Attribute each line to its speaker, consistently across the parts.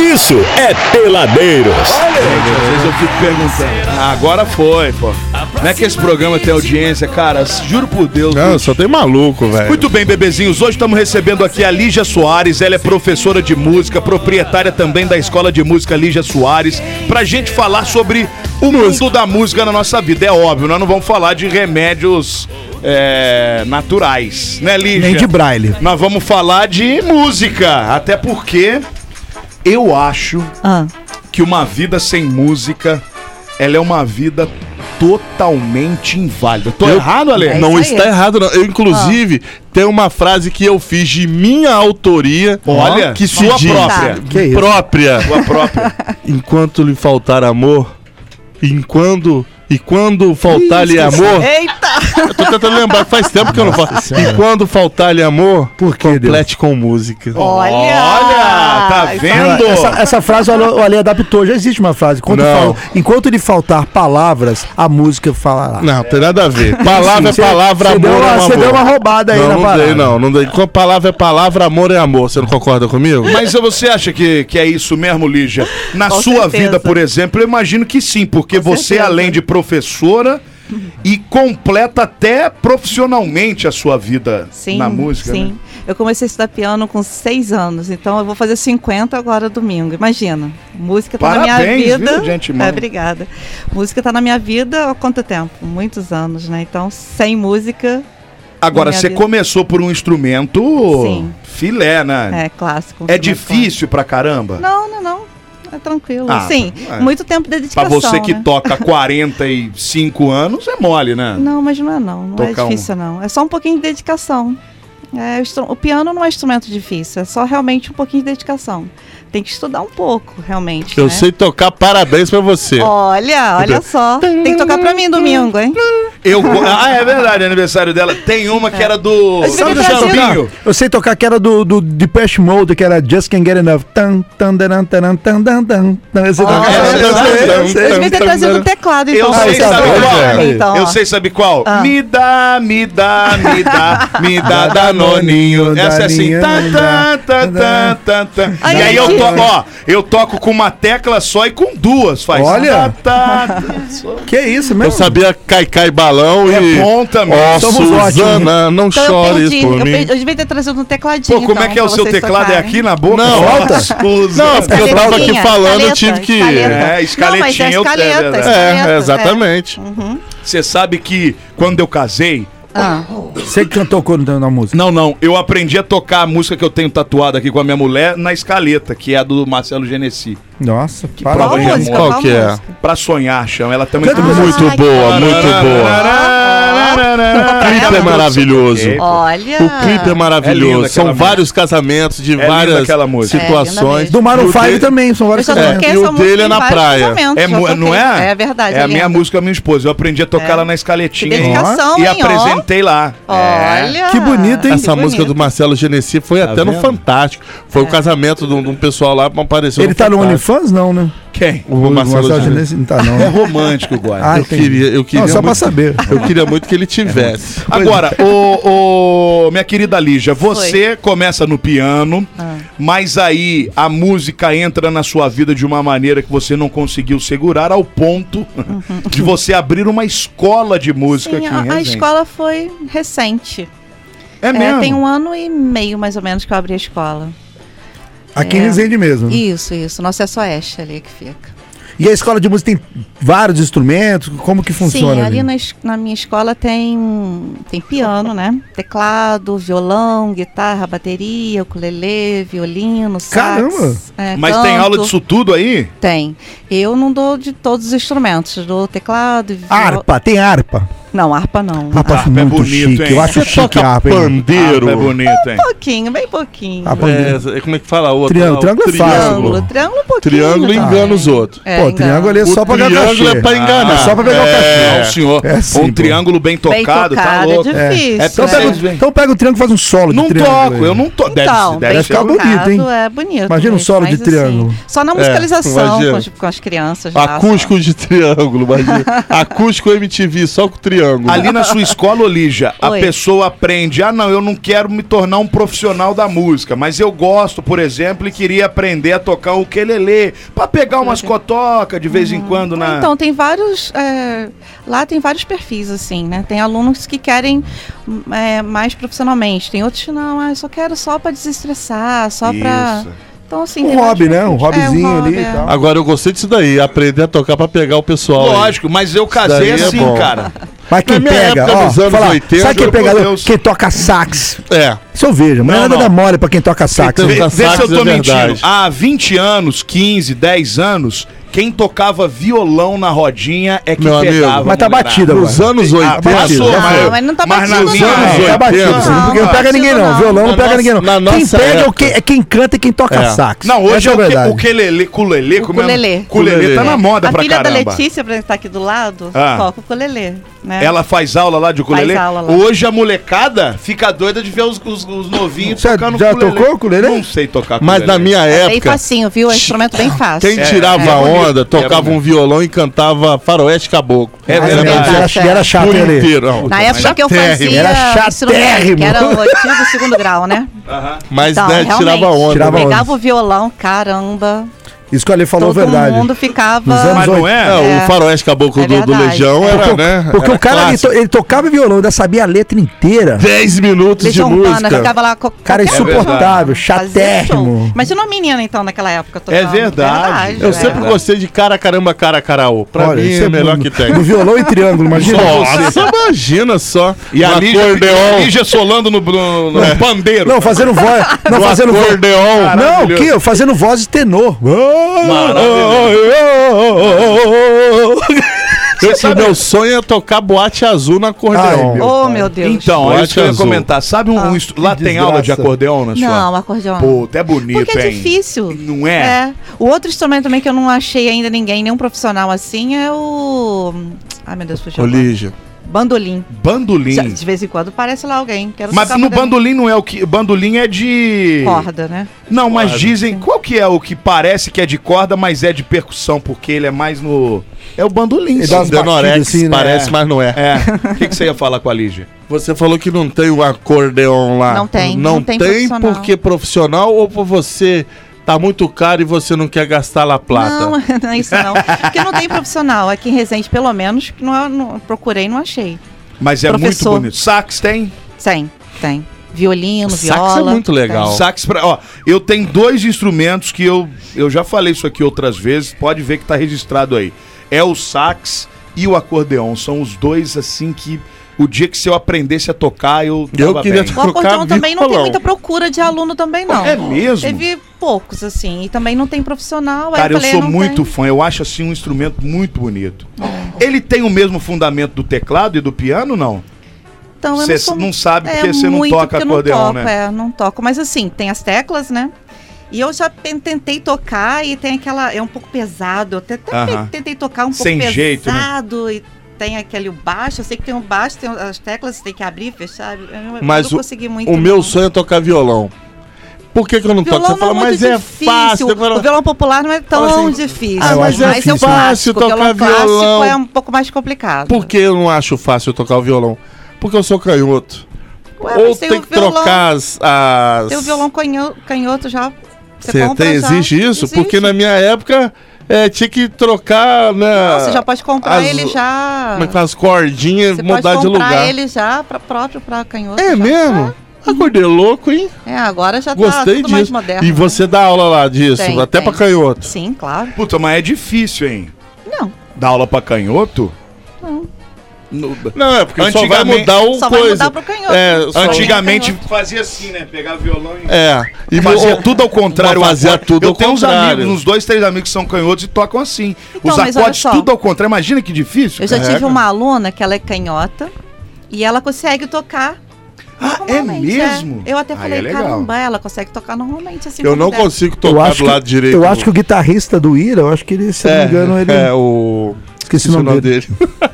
Speaker 1: negócio é peladeiros.
Speaker 2: Às vezes eu fico perguntando. Ah, agora foi, pô. Como é que esse programa tem audiência, cara? Juro por Deus.
Speaker 3: Não,
Speaker 2: bicho.
Speaker 3: só tem maluco, velho.
Speaker 2: Muito bem, bebezinhos. Hoje estamos recebendo aqui a Lígia Soares. Ela é professora de música, proprietária também da Escola de Música Lígia Soares, pra gente falar sobre o mundo da música na nossa vida. É óbvio, nós não vamos falar de remédios é, naturais, né, Lígia?
Speaker 4: Nem de braille.
Speaker 2: Nós vamos falar de música, até porque eu acho
Speaker 5: Ah,
Speaker 2: que uma vida sem música, ela é uma vida totalmente inválida. Tô errado, Ale?
Speaker 5: É
Speaker 3: Não
Speaker 5: isso aí. Ah.
Speaker 3: está errado, não. Eu, inclusive, tem uma frase que eu fiz de minha autoria.
Speaker 2: Olha,
Speaker 3: que se
Speaker 2: sua
Speaker 3: diz
Speaker 5: própria.
Speaker 4: Que isso?
Speaker 3: Própria.
Speaker 2: Tua própria.
Speaker 3: Enquanto lhe faltar amor, enquanto e quando faltar-lhe amor,
Speaker 5: Eita!
Speaker 3: eu tô tentando lembrar, que faz tempo que eu não falo. E quando faltar-lhe amor,
Speaker 4: Por que, Deus?
Speaker 3: complete com música.
Speaker 5: Olha!
Speaker 2: Olha, tá vendo?
Speaker 4: Essa, essa frase o Ale, o Ale adaptou, já existe uma frase. Enquanto,
Speaker 3: Não.
Speaker 4: fal- enquanto lhe faltar palavras, a música falará.
Speaker 3: Não, tem nada a ver. Palavra
Speaker 4: Você-
Speaker 3: é palavra,
Speaker 4: você
Speaker 3: amor
Speaker 4: deu uma-
Speaker 3: é
Speaker 4: Você
Speaker 3: amor.
Speaker 4: deu uma roubada aí
Speaker 3: não,
Speaker 4: na
Speaker 3: não
Speaker 4: parada.
Speaker 3: dei, não, não dei. Com palavra é palavra, amor é amor. Você não concorda comigo?
Speaker 5: É.
Speaker 2: Mas você acha que, que é isso mesmo, Lígia? Na
Speaker 5: Com
Speaker 2: sua
Speaker 5: certeza.
Speaker 2: vida, por exemplo, eu imagino que sim, porque
Speaker 5: Com
Speaker 2: você,
Speaker 5: certeza. Uhum.
Speaker 2: além de professora, e completa até profissionalmente a sua vida
Speaker 5: Sim,
Speaker 2: na música.
Speaker 5: sim.
Speaker 2: né?
Speaker 5: Eu comecei a estudar piano com seis anos, então eu vou fazer 50 agora domingo. Imagina, música tá na
Speaker 2: Parabéns,
Speaker 5: minha vida.
Speaker 2: viu, de antemão.
Speaker 5: É, obrigada. Música tá na minha vida há quanto tempo? Muitos anos, né? Então, sem música,
Speaker 2: Agora,
Speaker 5: Minha
Speaker 2: você
Speaker 5: vida.
Speaker 2: começou por um instrumento
Speaker 5: Sim.
Speaker 2: filé, né?
Speaker 5: é clássico.
Speaker 2: É,
Speaker 5: instrumento
Speaker 2: difícil pra caramba?
Speaker 5: clássico. Não, não, não. É tranquilo.
Speaker 2: Ah,
Speaker 5: Sim,
Speaker 2: é.
Speaker 5: muito tempo de
Speaker 2: Pra
Speaker 5: dedicação.
Speaker 2: você que
Speaker 5: né?
Speaker 2: toca 45 anos, é mole, né?
Speaker 5: Não, mas não é não. Não
Speaker 2: Tocar
Speaker 5: é
Speaker 2: um.
Speaker 5: difícil, não. É só um pouquinho de dedicação. É, o instru- o piano não é instrumento difícil, é só realmente um pouquinho de dedicação. Tem que estudar um pouco, realmente.
Speaker 3: Eu
Speaker 5: né?
Speaker 3: sei tocar parabéns pra você.
Speaker 5: Olha, olha só. Tem que tocar pra mim domingo, hein?
Speaker 2: Eu, go- ah, é verdade, aniversário dela. Tem uma que era do.
Speaker 5: É. Mas
Speaker 2: Sabe
Speaker 5: ele
Speaker 2: do
Speaker 5: tá dizendo-
Speaker 2: Xambinho?
Speaker 4: Eu sei tocar que era do, do Depeche Mode, que era Just Can't Get Enough. Tan, tan, daran, taran, tan, dan, dan. Tan,
Speaker 3: Ah,
Speaker 4: esse-
Speaker 5: Olha,
Speaker 3: é
Speaker 4: Eu sei, eu
Speaker 3: olha.
Speaker 4: sei.
Speaker 5: Eles devem ter trazido um teclado, então.
Speaker 2: Eu
Speaker 4: Ah,
Speaker 2: sei,
Speaker 4: esse é
Speaker 2: sabe
Speaker 4: bom,
Speaker 2: qual?
Speaker 4: velho.
Speaker 5: Então, ó.
Speaker 2: eu sei, sabe qual?
Speaker 5: Ah.
Speaker 2: Me dá, me dá, me dá, me dá danoninho. Essa é assim. Tá, tá, tá, tá, tá, tá.
Speaker 5: Ai,
Speaker 2: E aí eu
Speaker 5: gente.
Speaker 2: toco, ó, eu toco com uma tecla só e com duas. Faz.
Speaker 4: Olha.
Speaker 2: Tá, tá, tá.
Speaker 4: Que isso,
Speaker 3: Eu
Speaker 4: mesmo?
Speaker 3: sabia caicai balão
Speaker 2: Hum. É
Speaker 3: e.
Speaker 2: bom também.
Speaker 3: Ó,
Speaker 4: Somos
Speaker 3: Suzana, não
Speaker 5: Então eu
Speaker 3: chores
Speaker 5: perdi.
Speaker 3: por
Speaker 5: eu,
Speaker 3: mim.
Speaker 5: perdi. eu devia ter trazido um tecladinho.
Speaker 2: Pô, como é
Speaker 5: então,
Speaker 2: que é o
Speaker 5: pra
Speaker 2: seu
Speaker 5: vocês
Speaker 2: teclado? É
Speaker 5: tocarem.
Speaker 2: aqui na boca?
Speaker 3: Não,
Speaker 2: Volta.
Speaker 3: Não, porque eu tava aqui
Speaker 5: Escaletinha,
Speaker 3: falando, eu
Speaker 5: escaleta,
Speaker 3: tive que.
Speaker 5: escaleta.
Speaker 2: É,
Speaker 5: Não, mas
Speaker 2: escaletinha.
Speaker 5: é
Speaker 2: eu-
Speaker 5: escaleta,
Speaker 2: é, é.
Speaker 5: escaleta,
Speaker 3: É, exatamente.
Speaker 5: Hum.
Speaker 2: Você sabe que quando eu casei,
Speaker 5: Ah,
Speaker 4: Você que cantou quando na música.
Speaker 2: Não, não. Eu aprendi a tocar a música que eu tenho tatuada aqui com a minha mulher na escaleta, que é a do Marcelo Genesi.
Speaker 4: Nossa, que
Speaker 5: qual
Speaker 2: Parabéns.
Speaker 5: música?
Speaker 3: Qual que é?
Speaker 5: música?
Speaker 2: Pra sonhar, chama. Ela também
Speaker 4: Canta
Speaker 2: música.
Speaker 3: Muito
Speaker 5: Ai,
Speaker 3: boa, muito boa. O clipe é maravilhoso.
Speaker 2: Ok.
Speaker 5: Olha.
Speaker 3: O clipe é
Speaker 2: É linda
Speaker 3: maravilhoso.
Speaker 2: aquela
Speaker 3: São
Speaker 2: música. É
Speaker 3: vários casamentos de
Speaker 2: linda
Speaker 3: várias
Speaker 2: aquela música.
Speaker 5: É,
Speaker 3: situações.
Speaker 5: linda
Speaker 4: Do Maroon
Speaker 3: E o
Speaker 4: 5
Speaker 3: dele-
Speaker 4: também, são
Speaker 5: Eu
Speaker 4: vários
Speaker 5: só
Speaker 3: É,
Speaker 5: toquei
Speaker 3: e
Speaker 5: essa
Speaker 3: o
Speaker 5: música
Speaker 3: dele é
Speaker 5: em
Speaker 3: na
Speaker 5: vários
Speaker 3: praia.
Speaker 5: casamentos,
Speaker 2: É,
Speaker 5: já
Speaker 2: mu-
Speaker 5: toquei.
Speaker 2: não é?
Speaker 5: É verdade.
Speaker 2: É a
Speaker 5: linda.
Speaker 2: minha música, minha esposa. Eu aprendi a tocar
Speaker 5: É.
Speaker 2: lá na
Speaker 5: Que
Speaker 2: escaletinha.
Speaker 5: dedicação,
Speaker 2: E
Speaker 5: hein?
Speaker 2: apresentei lá.
Speaker 5: Ó.
Speaker 2: É.
Speaker 5: Olha.
Speaker 4: Que bonito, hein?
Speaker 3: Essa
Speaker 5: Que
Speaker 3: música
Speaker 5: bonito.
Speaker 3: do
Speaker 5: É.
Speaker 3: Marcelo Genesi foi até no
Speaker 2: Tá vendo?
Speaker 3: Fantástico. Foi o casamento de um, de um pessoal lá, mas apareceu
Speaker 4: Ele tá no
Speaker 3: Fantástico.
Speaker 4: OnlyFans, não, né?
Speaker 2: Quem?
Speaker 3: O Marcelo Genesi.
Speaker 4: Genesi não tá, não.
Speaker 2: É romântico, agora.
Speaker 4: Ah,
Speaker 3: Eu
Speaker 4: entendi.
Speaker 3: queria, eu queria
Speaker 4: Não, só pra
Speaker 3: muito-
Speaker 4: saber.
Speaker 3: Eu queria muito que
Speaker 2: É
Speaker 3: ele tivesse.
Speaker 2: Agora, ô, ô, minha querida Lígia, você começa no piano,
Speaker 5: Ah.
Speaker 2: mas aí a música entra na sua vida de uma maneira que você não conseguiu segurar, ao ponto de você abrir uma escola de música
Speaker 5: Uhum. Sim,
Speaker 2: aqui
Speaker 5: a,
Speaker 2: em
Speaker 5: a
Speaker 2: Resende.
Speaker 5: escola foi recente.
Speaker 2: É
Speaker 5: É,
Speaker 2: mesmo?
Speaker 5: tem um ano e meio, mais ou menos, que eu abri a escola.
Speaker 4: Aqui
Speaker 5: É.
Speaker 4: em Resende
Speaker 2: Uhum.
Speaker 4: mesmo. E...
Speaker 5: Isso, isso. Nossa, é só oeste ali que fica.
Speaker 4: a escola de música tem vários instrumentos? Como que funciona?
Speaker 5: Sim, ali na, es- na minha escola tem, tem piano, né? Teclado, violão, guitarra, bateria, ukulele, violino, sax.
Speaker 4: Caramba!
Speaker 5: é,
Speaker 2: Mas tem
Speaker 5: canto.
Speaker 2: aula disso tudo aí?
Speaker 5: Tem. Eu não dou de todos os instrumentos. Dou teclado... viol-
Speaker 4: Harpa, tem harpa.
Speaker 5: Não, harpa não.
Speaker 4: Harpa,
Speaker 2: Harpa é
Speaker 4: muito
Speaker 2: bonito,
Speaker 4: chique.
Speaker 2: hein?
Speaker 4: Eu acho chique a harpa, hein?
Speaker 3: pandeiro.
Speaker 2: Ah, é bonito, hein?
Speaker 5: Pouquinho, bem pouquinho.
Speaker 4: Harpa bonita.
Speaker 3: É, como é que fala a outra?
Speaker 4: Triângulo,
Speaker 3: Ah, o
Speaker 4: triângulo é fácil.
Speaker 5: Triângulo, triângulo um pouquinho.
Speaker 3: Triângulo
Speaker 5: também.
Speaker 3: engana os outros.
Speaker 5: É.
Speaker 4: Pô, o triângulo ali é
Speaker 3: O
Speaker 4: só pra ganhar
Speaker 3: triângulo
Speaker 4: cachê.
Speaker 3: é pra enganar.
Speaker 4: É só pra pegar o
Speaker 2: É,
Speaker 4: cachê.
Speaker 2: o senhor.
Speaker 4: É sim,
Speaker 2: um
Speaker 4: pô.
Speaker 2: triângulo bem
Speaker 5: Bem
Speaker 2: tocado, tá
Speaker 5: tocado,
Speaker 2: louco.
Speaker 5: é difícil.
Speaker 2: É,
Speaker 5: né?
Speaker 2: então
Speaker 4: Então, pega,
Speaker 2: Vocês
Speaker 4: o-
Speaker 2: veem.
Speaker 4: então pega o triângulo e faz um solo
Speaker 2: Não
Speaker 4: de triângulo.
Speaker 2: toco,
Speaker 4: aí.
Speaker 2: eu não toco. Deve,
Speaker 5: Então,
Speaker 2: deve
Speaker 5: bem
Speaker 2: ser.
Speaker 4: ficar bonito,
Speaker 5: tocado,
Speaker 4: hein?
Speaker 5: É bonito.
Speaker 4: Imagina um
Speaker 5: mesmo,
Speaker 4: solo de
Speaker 5: mas, assim,
Speaker 4: triângulo.
Speaker 5: só na musicalização
Speaker 3: imagina.
Speaker 5: com, as, com as crianças. lá,
Speaker 3: Acústico de triângulo, imagina. Acústico MTV, só com triângulo.
Speaker 2: Ali na sua escola, Olígia, a
Speaker 5: Oi.
Speaker 2: pessoa aprende, ah não, eu não quero me tornar um profissional da música, mas eu gosto, por exemplo, e queria aprender a tocar o ukelele, pra pegar umas cotocas de vez em quando
Speaker 5: Ah,
Speaker 2: na...
Speaker 5: Então, tem vários. é, lá tem vários perfis, assim, né? Tem alunos que querem hum, é, mais profissionalmente, tem outros que não, ah, eu só quero só pra desestressar, só pra.
Speaker 2: Isso.
Speaker 5: Então, assim.
Speaker 4: Um
Speaker 5: tem vários
Speaker 4: hobby, né? Um
Speaker 5: perfis. É, um
Speaker 4: hobbyzinho
Speaker 5: hobby,
Speaker 4: ali
Speaker 5: é.
Speaker 4: e tal.
Speaker 3: Agora eu gostei disso daí, aprender a tocar pra pegar o pessoal. aí.
Speaker 2: Lógico, mas eu casei
Speaker 3: daí é
Speaker 2: assim,
Speaker 3: bom.
Speaker 2: cara.
Speaker 4: Mas quem
Speaker 3: Na minha
Speaker 4: pega,
Speaker 3: época,
Speaker 4: ó,
Speaker 3: nos anos
Speaker 4: fala,
Speaker 3: 80,
Speaker 4: sabe quem
Speaker 3: meu
Speaker 4: é pegador?
Speaker 2: Deus.
Speaker 4: Quem toca sax.
Speaker 3: É.
Speaker 4: Isso eu vejo. Mas
Speaker 2: Não,
Speaker 4: nada
Speaker 2: não.
Speaker 4: da mole pra quem toca sax.
Speaker 3: Então,
Speaker 2: Vê,
Speaker 3: Tocar
Speaker 2: vê se eu
Speaker 3: sax
Speaker 2: tô
Speaker 3: é
Speaker 2: mentindo.
Speaker 3: verdade.
Speaker 2: Há 20 anos, 15, 10 anos, quem tocava violão na rodinha é que
Speaker 3: Meu amigo,
Speaker 2: pegava. a
Speaker 4: mas tá
Speaker 2: mulherada.
Speaker 4: batida, mano.
Speaker 3: Nos
Speaker 4: né,
Speaker 3: anos 80.
Speaker 2: passou,
Speaker 5: Não,
Speaker 2: mas-
Speaker 5: mas não tá
Speaker 2: mas
Speaker 5: batido,
Speaker 2: na
Speaker 5: não.
Speaker 2: minha-
Speaker 3: anos
Speaker 4: Não, tá batido.
Speaker 5: Não,
Speaker 4: sim, porque não
Speaker 5: não
Speaker 4: pega
Speaker 5: batido,
Speaker 4: ninguém, não.
Speaker 5: não.
Speaker 4: Violão
Speaker 3: Na
Speaker 4: não pega
Speaker 3: nossa-
Speaker 4: ninguém,
Speaker 3: na
Speaker 4: não. Quem
Speaker 3: nossa
Speaker 4: pega é, o
Speaker 3: época.
Speaker 4: que, é quem canta e quem toca
Speaker 3: É.
Speaker 4: sax.
Speaker 2: Não, hoje
Speaker 4: Essa
Speaker 2: é o, que,
Speaker 4: verdade.
Speaker 2: o quelele, culelê, como é?
Speaker 5: Ukulele.
Speaker 2: Culelê tá
Speaker 3: Ukulele.
Speaker 2: na moda
Speaker 5: a
Speaker 2: pra
Speaker 5: filha
Speaker 2: caramba.
Speaker 5: da Letícia, por exemplo, tá aqui do lado,
Speaker 2: Ah.
Speaker 5: toca o ukulele, né?
Speaker 2: Ela faz aula lá de ukulele?
Speaker 5: Faz aula lá.
Speaker 2: Hoje a molecada fica doida de ver os, os, os novinhos
Speaker 4: Você
Speaker 2: tocando
Speaker 4: já
Speaker 2: ukulele.
Speaker 4: tocou ukulele?
Speaker 2: Não sei tocar
Speaker 3: Mas na minha
Speaker 5: É bem
Speaker 3: época,
Speaker 5: facinho, viu? É um instrumento bem fácil.
Speaker 3: quem
Speaker 5: É,
Speaker 3: tirava
Speaker 5: é.
Speaker 3: onda,
Speaker 2: bonito. Era
Speaker 3: tocava um
Speaker 2: bonito.
Speaker 3: violão e cantava faroeste caboclo.
Speaker 2: É
Speaker 4: Mas
Speaker 3: Era
Speaker 2: verdade.
Speaker 3: meu
Speaker 4: era-
Speaker 5: Tá
Speaker 4: Era,
Speaker 5: certo.
Speaker 4: chato
Speaker 3: dia
Speaker 4: ele.
Speaker 3: inteiro. Não,
Speaker 5: Na época que eu
Speaker 3: chatérrimo.
Speaker 5: fazia
Speaker 4: Era
Speaker 5: ensino médio,
Speaker 4: chatérrimo.
Speaker 5: que era o antigo do segundo grau, né?
Speaker 3: Mas
Speaker 5: Então,
Speaker 3: né,
Speaker 5: realmente.
Speaker 3: tirava onda.
Speaker 4: Tirava
Speaker 3: né?
Speaker 4: onda.
Speaker 5: Pegava o violão, caramba.
Speaker 4: Isso que o Ale falou é
Speaker 5: todo
Speaker 4: verdade.
Speaker 5: mundo ficava.
Speaker 4: Nos anos
Speaker 2: Mas não é?
Speaker 3: É,
Speaker 5: É.
Speaker 3: o faroeste caboclo
Speaker 5: É
Speaker 3: do, do
Speaker 5: verdade.
Speaker 3: Legião
Speaker 5: É.
Speaker 3: era, né?
Speaker 4: Porque
Speaker 3: era
Speaker 4: o cara ele, to-
Speaker 3: clássico. É
Speaker 4: ele tocava violão, ainda sabia a letra inteira.
Speaker 3: 10 minutos
Speaker 5: Legião
Speaker 3: de
Speaker 5: Urbana,
Speaker 3: música.
Speaker 5: ficava lá. co-
Speaker 4: Cara, é
Speaker 5: qualquer
Speaker 4: insuportável,
Speaker 5: show. Fazia
Speaker 4: chatérrimo.
Speaker 5: show. Imagina uma menina, então, naquela época. tocando.
Speaker 2: É verdade.
Speaker 3: Eu
Speaker 5: é.
Speaker 3: sempre gostei de cara caramba cara caraô. Pra mim
Speaker 4: isso
Speaker 3: é melhor
Speaker 4: bom.
Speaker 3: que tem.
Speaker 4: Do violão e triângulo, imagina.
Speaker 3: Nossa, imagina só.
Speaker 2: é E a
Speaker 3: Um É.
Speaker 2: Lígia,
Speaker 3: acordeon.
Speaker 2: e a Lígia solando no, no, no pandeiro.
Speaker 4: Não, fazendo voz. Não,
Speaker 3: Um
Speaker 4: fazendo voz.
Speaker 3: acordeon.
Speaker 4: Não,
Speaker 2: Maravilhoso.
Speaker 4: que eu fazendo voz de tenor.
Speaker 3: Esse meu sonho é tocar boate azul na acordeon.
Speaker 4: Ai, meu.
Speaker 5: Oh, meu Deus.
Speaker 2: Então, é isso que eu ia
Speaker 3: Azul.
Speaker 2: comentar. Sabe
Speaker 5: Ah.
Speaker 2: um, um instru- lá
Speaker 4: que
Speaker 2: tem
Speaker 4: desgraça.
Speaker 2: aula de acordeon na sua?
Speaker 5: Não, acordeon.
Speaker 2: Pô, até bonito,
Speaker 5: Porque é
Speaker 2: hein?
Speaker 5: difícil.
Speaker 2: Não é?
Speaker 5: O outro instrumento também que eu não achei ainda ninguém, nenhum profissional assim, é o. Ai, meu Deus, fugiu.
Speaker 3: Ô, Lígia.
Speaker 5: Bandolim.
Speaker 2: Bandolim.
Speaker 5: Já- De vez em quando parece lá alguém. Quero
Speaker 2: Mas
Speaker 5: tocar
Speaker 2: no
Speaker 5: bandolim.
Speaker 2: bandolim não é o que. Bandolim é de.
Speaker 5: Corda, né?
Speaker 2: Não, mas dizem. Qual que é o que parece que é de corda, mas é de percussão, porque ele é mais no. É o bandolim.
Speaker 4: Ele
Speaker 2: sim.
Speaker 4: dá umas
Speaker 3: Denorex,
Speaker 4: batidas assim, né?
Speaker 3: parece, mas não é.
Speaker 2: É. O que, que você ia falar com a Lígia?
Speaker 3: Você falou que não tem um acordeon lá.
Speaker 5: Não tem,
Speaker 3: Não,
Speaker 5: não
Speaker 3: tem,
Speaker 5: tem profissional.
Speaker 3: porque profissional ou por você tá muito caro e você não quer gastar la plata?
Speaker 5: Não, não é isso não. Porque não tem profissional. Aqui em Resende, pelo menos, que não, é- não- procurei e não achei.
Speaker 2: Mas é
Speaker 5: Professor.
Speaker 2: muito bonito. Sax tem?
Speaker 5: Tem, tem. Violino,
Speaker 3: Sax é
Speaker 5: viola.
Speaker 3: muito legal.
Speaker 2: Sax pra. Ó, eu tenho dois instrumentos que eu. Eu já falei isso aqui outras vezes, pode ver que tá registrado aí. É o sax e o acordeon. São os dois, assim, que. O dia que se eu aprendesse a tocar, eu.
Speaker 3: Eu
Speaker 2: tava
Speaker 3: queria
Speaker 2: bem.
Speaker 5: O acordeão
Speaker 3: Tocar
Speaker 5: também não tem
Speaker 3: violão.
Speaker 5: muita procura de aluno também, não.
Speaker 2: É mesmo?
Speaker 5: Teve poucos, assim. E também não tem profissional. aí
Speaker 2: Cara, eu
Speaker 5: falei,
Speaker 2: sou
Speaker 5: não
Speaker 2: muito
Speaker 5: tem. É.
Speaker 2: fã, eu acho assim um instrumento muito bonito. Ele tem o mesmo fundamento do teclado e do piano, não?
Speaker 5: Então, eu
Speaker 2: Cê
Speaker 5: sou-
Speaker 2: não sabe porque
Speaker 5: é,
Speaker 2: você não
Speaker 5: muito
Speaker 2: toca
Speaker 5: porque eu
Speaker 2: acordeon,
Speaker 5: não toco,
Speaker 2: né?
Speaker 5: É, não toco. Mas assim, tem as teclas, né? E eu já pen- tentei tocar e tem aquela. É um pouco pesado. Eu até até
Speaker 2: Aham.
Speaker 5: pe- tentei tocar um pouco
Speaker 2: Sem
Speaker 5: pesado
Speaker 2: jeito, né?
Speaker 5: e tem aquele o baixo. Eu sei que tem o baixo, tem as teclas, você tem que abrir, fechar. Eu- Eu
Speaker 3: Mas
Speaker 5: não consegui muito.
Speaker 3: O meu
Speaker 5: não.
Speaker 3: sonho é tocar violão. Por que, que eu não toco?
Speaker 5: Violão
Speaker 3: Você
Speaker 5: não
Speaker 3: fala,
Speaker 5: é muito
Speaker 3: mas é
Speaker 5: difícil.
Speaker 3: fácil. Eu falo,
Speaker 5: O violão popular não é tão
Speaker 3: Fala assim,
Speaker 5: difícil.
Speaker 3: ah,
Speaker 4: mas é
Speaker 5: é o
Speaker 4: fácil
Speaker 5: clássico. O
Speaker 3: tocar
Speaker 5: violão clássico
Speaker 3: violão.
Speaker 5: é um pouco mais complicado.
Speaker 3: Por que eu não acho fácil eu tocar o violão? Porque eu sou canhoto.
Speaker 5: Ué,
Speaker 3: Ou
Speaker 5: mas
Speaker 3: tem,
Speaker 5: tem o
Speaker 3: que
Speaker 5: violão-
Speaker 3: trocar as. as-
Speaker 5: Tem o violão canho- canhoto já.
Speaker 3: Você
Speaker 5: compra
Speaker 3: tem,
Speaker 5: já.
Speaker 3: existe isso?
Speaker 5: Existe.
Speaker 3: Porque na minha época é, tinha que trocar, né?
Speaker 5: Não, você já pode comprar
Speaker 3: as-
Speaker 5: ele já.
Speaker 3: Como é que faz? As cordinhas,
Speaker 5: Você
Speaker 3: mudar
Speaker 5: pode
Speaker 3: de
Speaker 5: comprar
Speaker 3: lugar.
Speaker 5: ele já pra, próprio pra canhoto.
Speaker 3: É
Speaker 5: já.
Speaker 3: mesmo? Acordei louco, hein?
Speaker 5: É, agora já tá
Speaker 3: Gostei
Speaker 5: tudo mais
Speaker 3: disso.
Speaker 5: moderno.
Speaker 3: e
Speaker 5: né?
Speaker 3: você dá aula lá disso,
Speaker 5: Tem,
Speaker 3: até
Speaker 5: tem.
Speaker 3: pra canhoto.
Speaker 5: Sim, claro.
Speaker 2: Puta, mas é difícil, hein?
Speaker 5: Não,
Speaker 2: Dar aula pra canhoto?
Speaker 5: não.
Speaker 2: No-
Speaker 3: Não, é porque só vai
Speaker 2: Antigamente-
Speaker 3: mudar o
Speaker 5: Só vai
Speaker 3: coisa.
Speaker 5: mudar pro canhoto.
Speaker 3: É,
Speaker 5: Só
Speaker 2: Antigamente
Speaker 5: canhoto.
Speaker 2: fazia assim, né? Pegava violão e.
Speaker 3: É. E
Speaker 2: Fazia tudo ao contrário.
Speaker 3: Fazia
Speaker 2: agora.
Speaker 3: tudo
Speaker 2: Eu
Speaker 3: ao
Speaker 2: tenho uns
Speaker 3: contrário.
Speaker 2: amigos, uns dois, três amigos que são canhotos e tocam assim.
Speaker 5: Então,
Speaker 2: Os
Speaker 5: mas olha
Speaker 2: acordes
Speaker 5: só.
Speaker 2: tudo ao contrário. Imagina que difícil.
Speaker 5: Eu já
Speaker 2: cara.
Speaker 5: é tive uma aluna que ela é canhota e ela consegue tocar
Speaker 2: Ah, é
Speaker 5: normalmente,
Speaker 2: mesmo?
Speaker 5: Eu até
Speaker 2: Aí
Speaker 5: falei,
Speaker 2: é legal.
Speaker 5: caramba, ela consegue tocar normalmente assim.
Speaker 3: Eu
Speaker 5: como
Speaker 3: não
Speaker 5: deve.
Speaker 3: consigo
Speaker 4: Eu
Speaker 3: tocar
Speaker 4: acho,
Speaker 3: do lado
Speaker 4: que,
Speaker 3: direito.
Speaker 4: eu acho que o guitarrista do Ira, eu acho que ele, se eu não
Speaker 3: é,
Speaker 4: me engano, ele.
Speaker 3: É, o.
Speaker 4: esqueci o nome dele.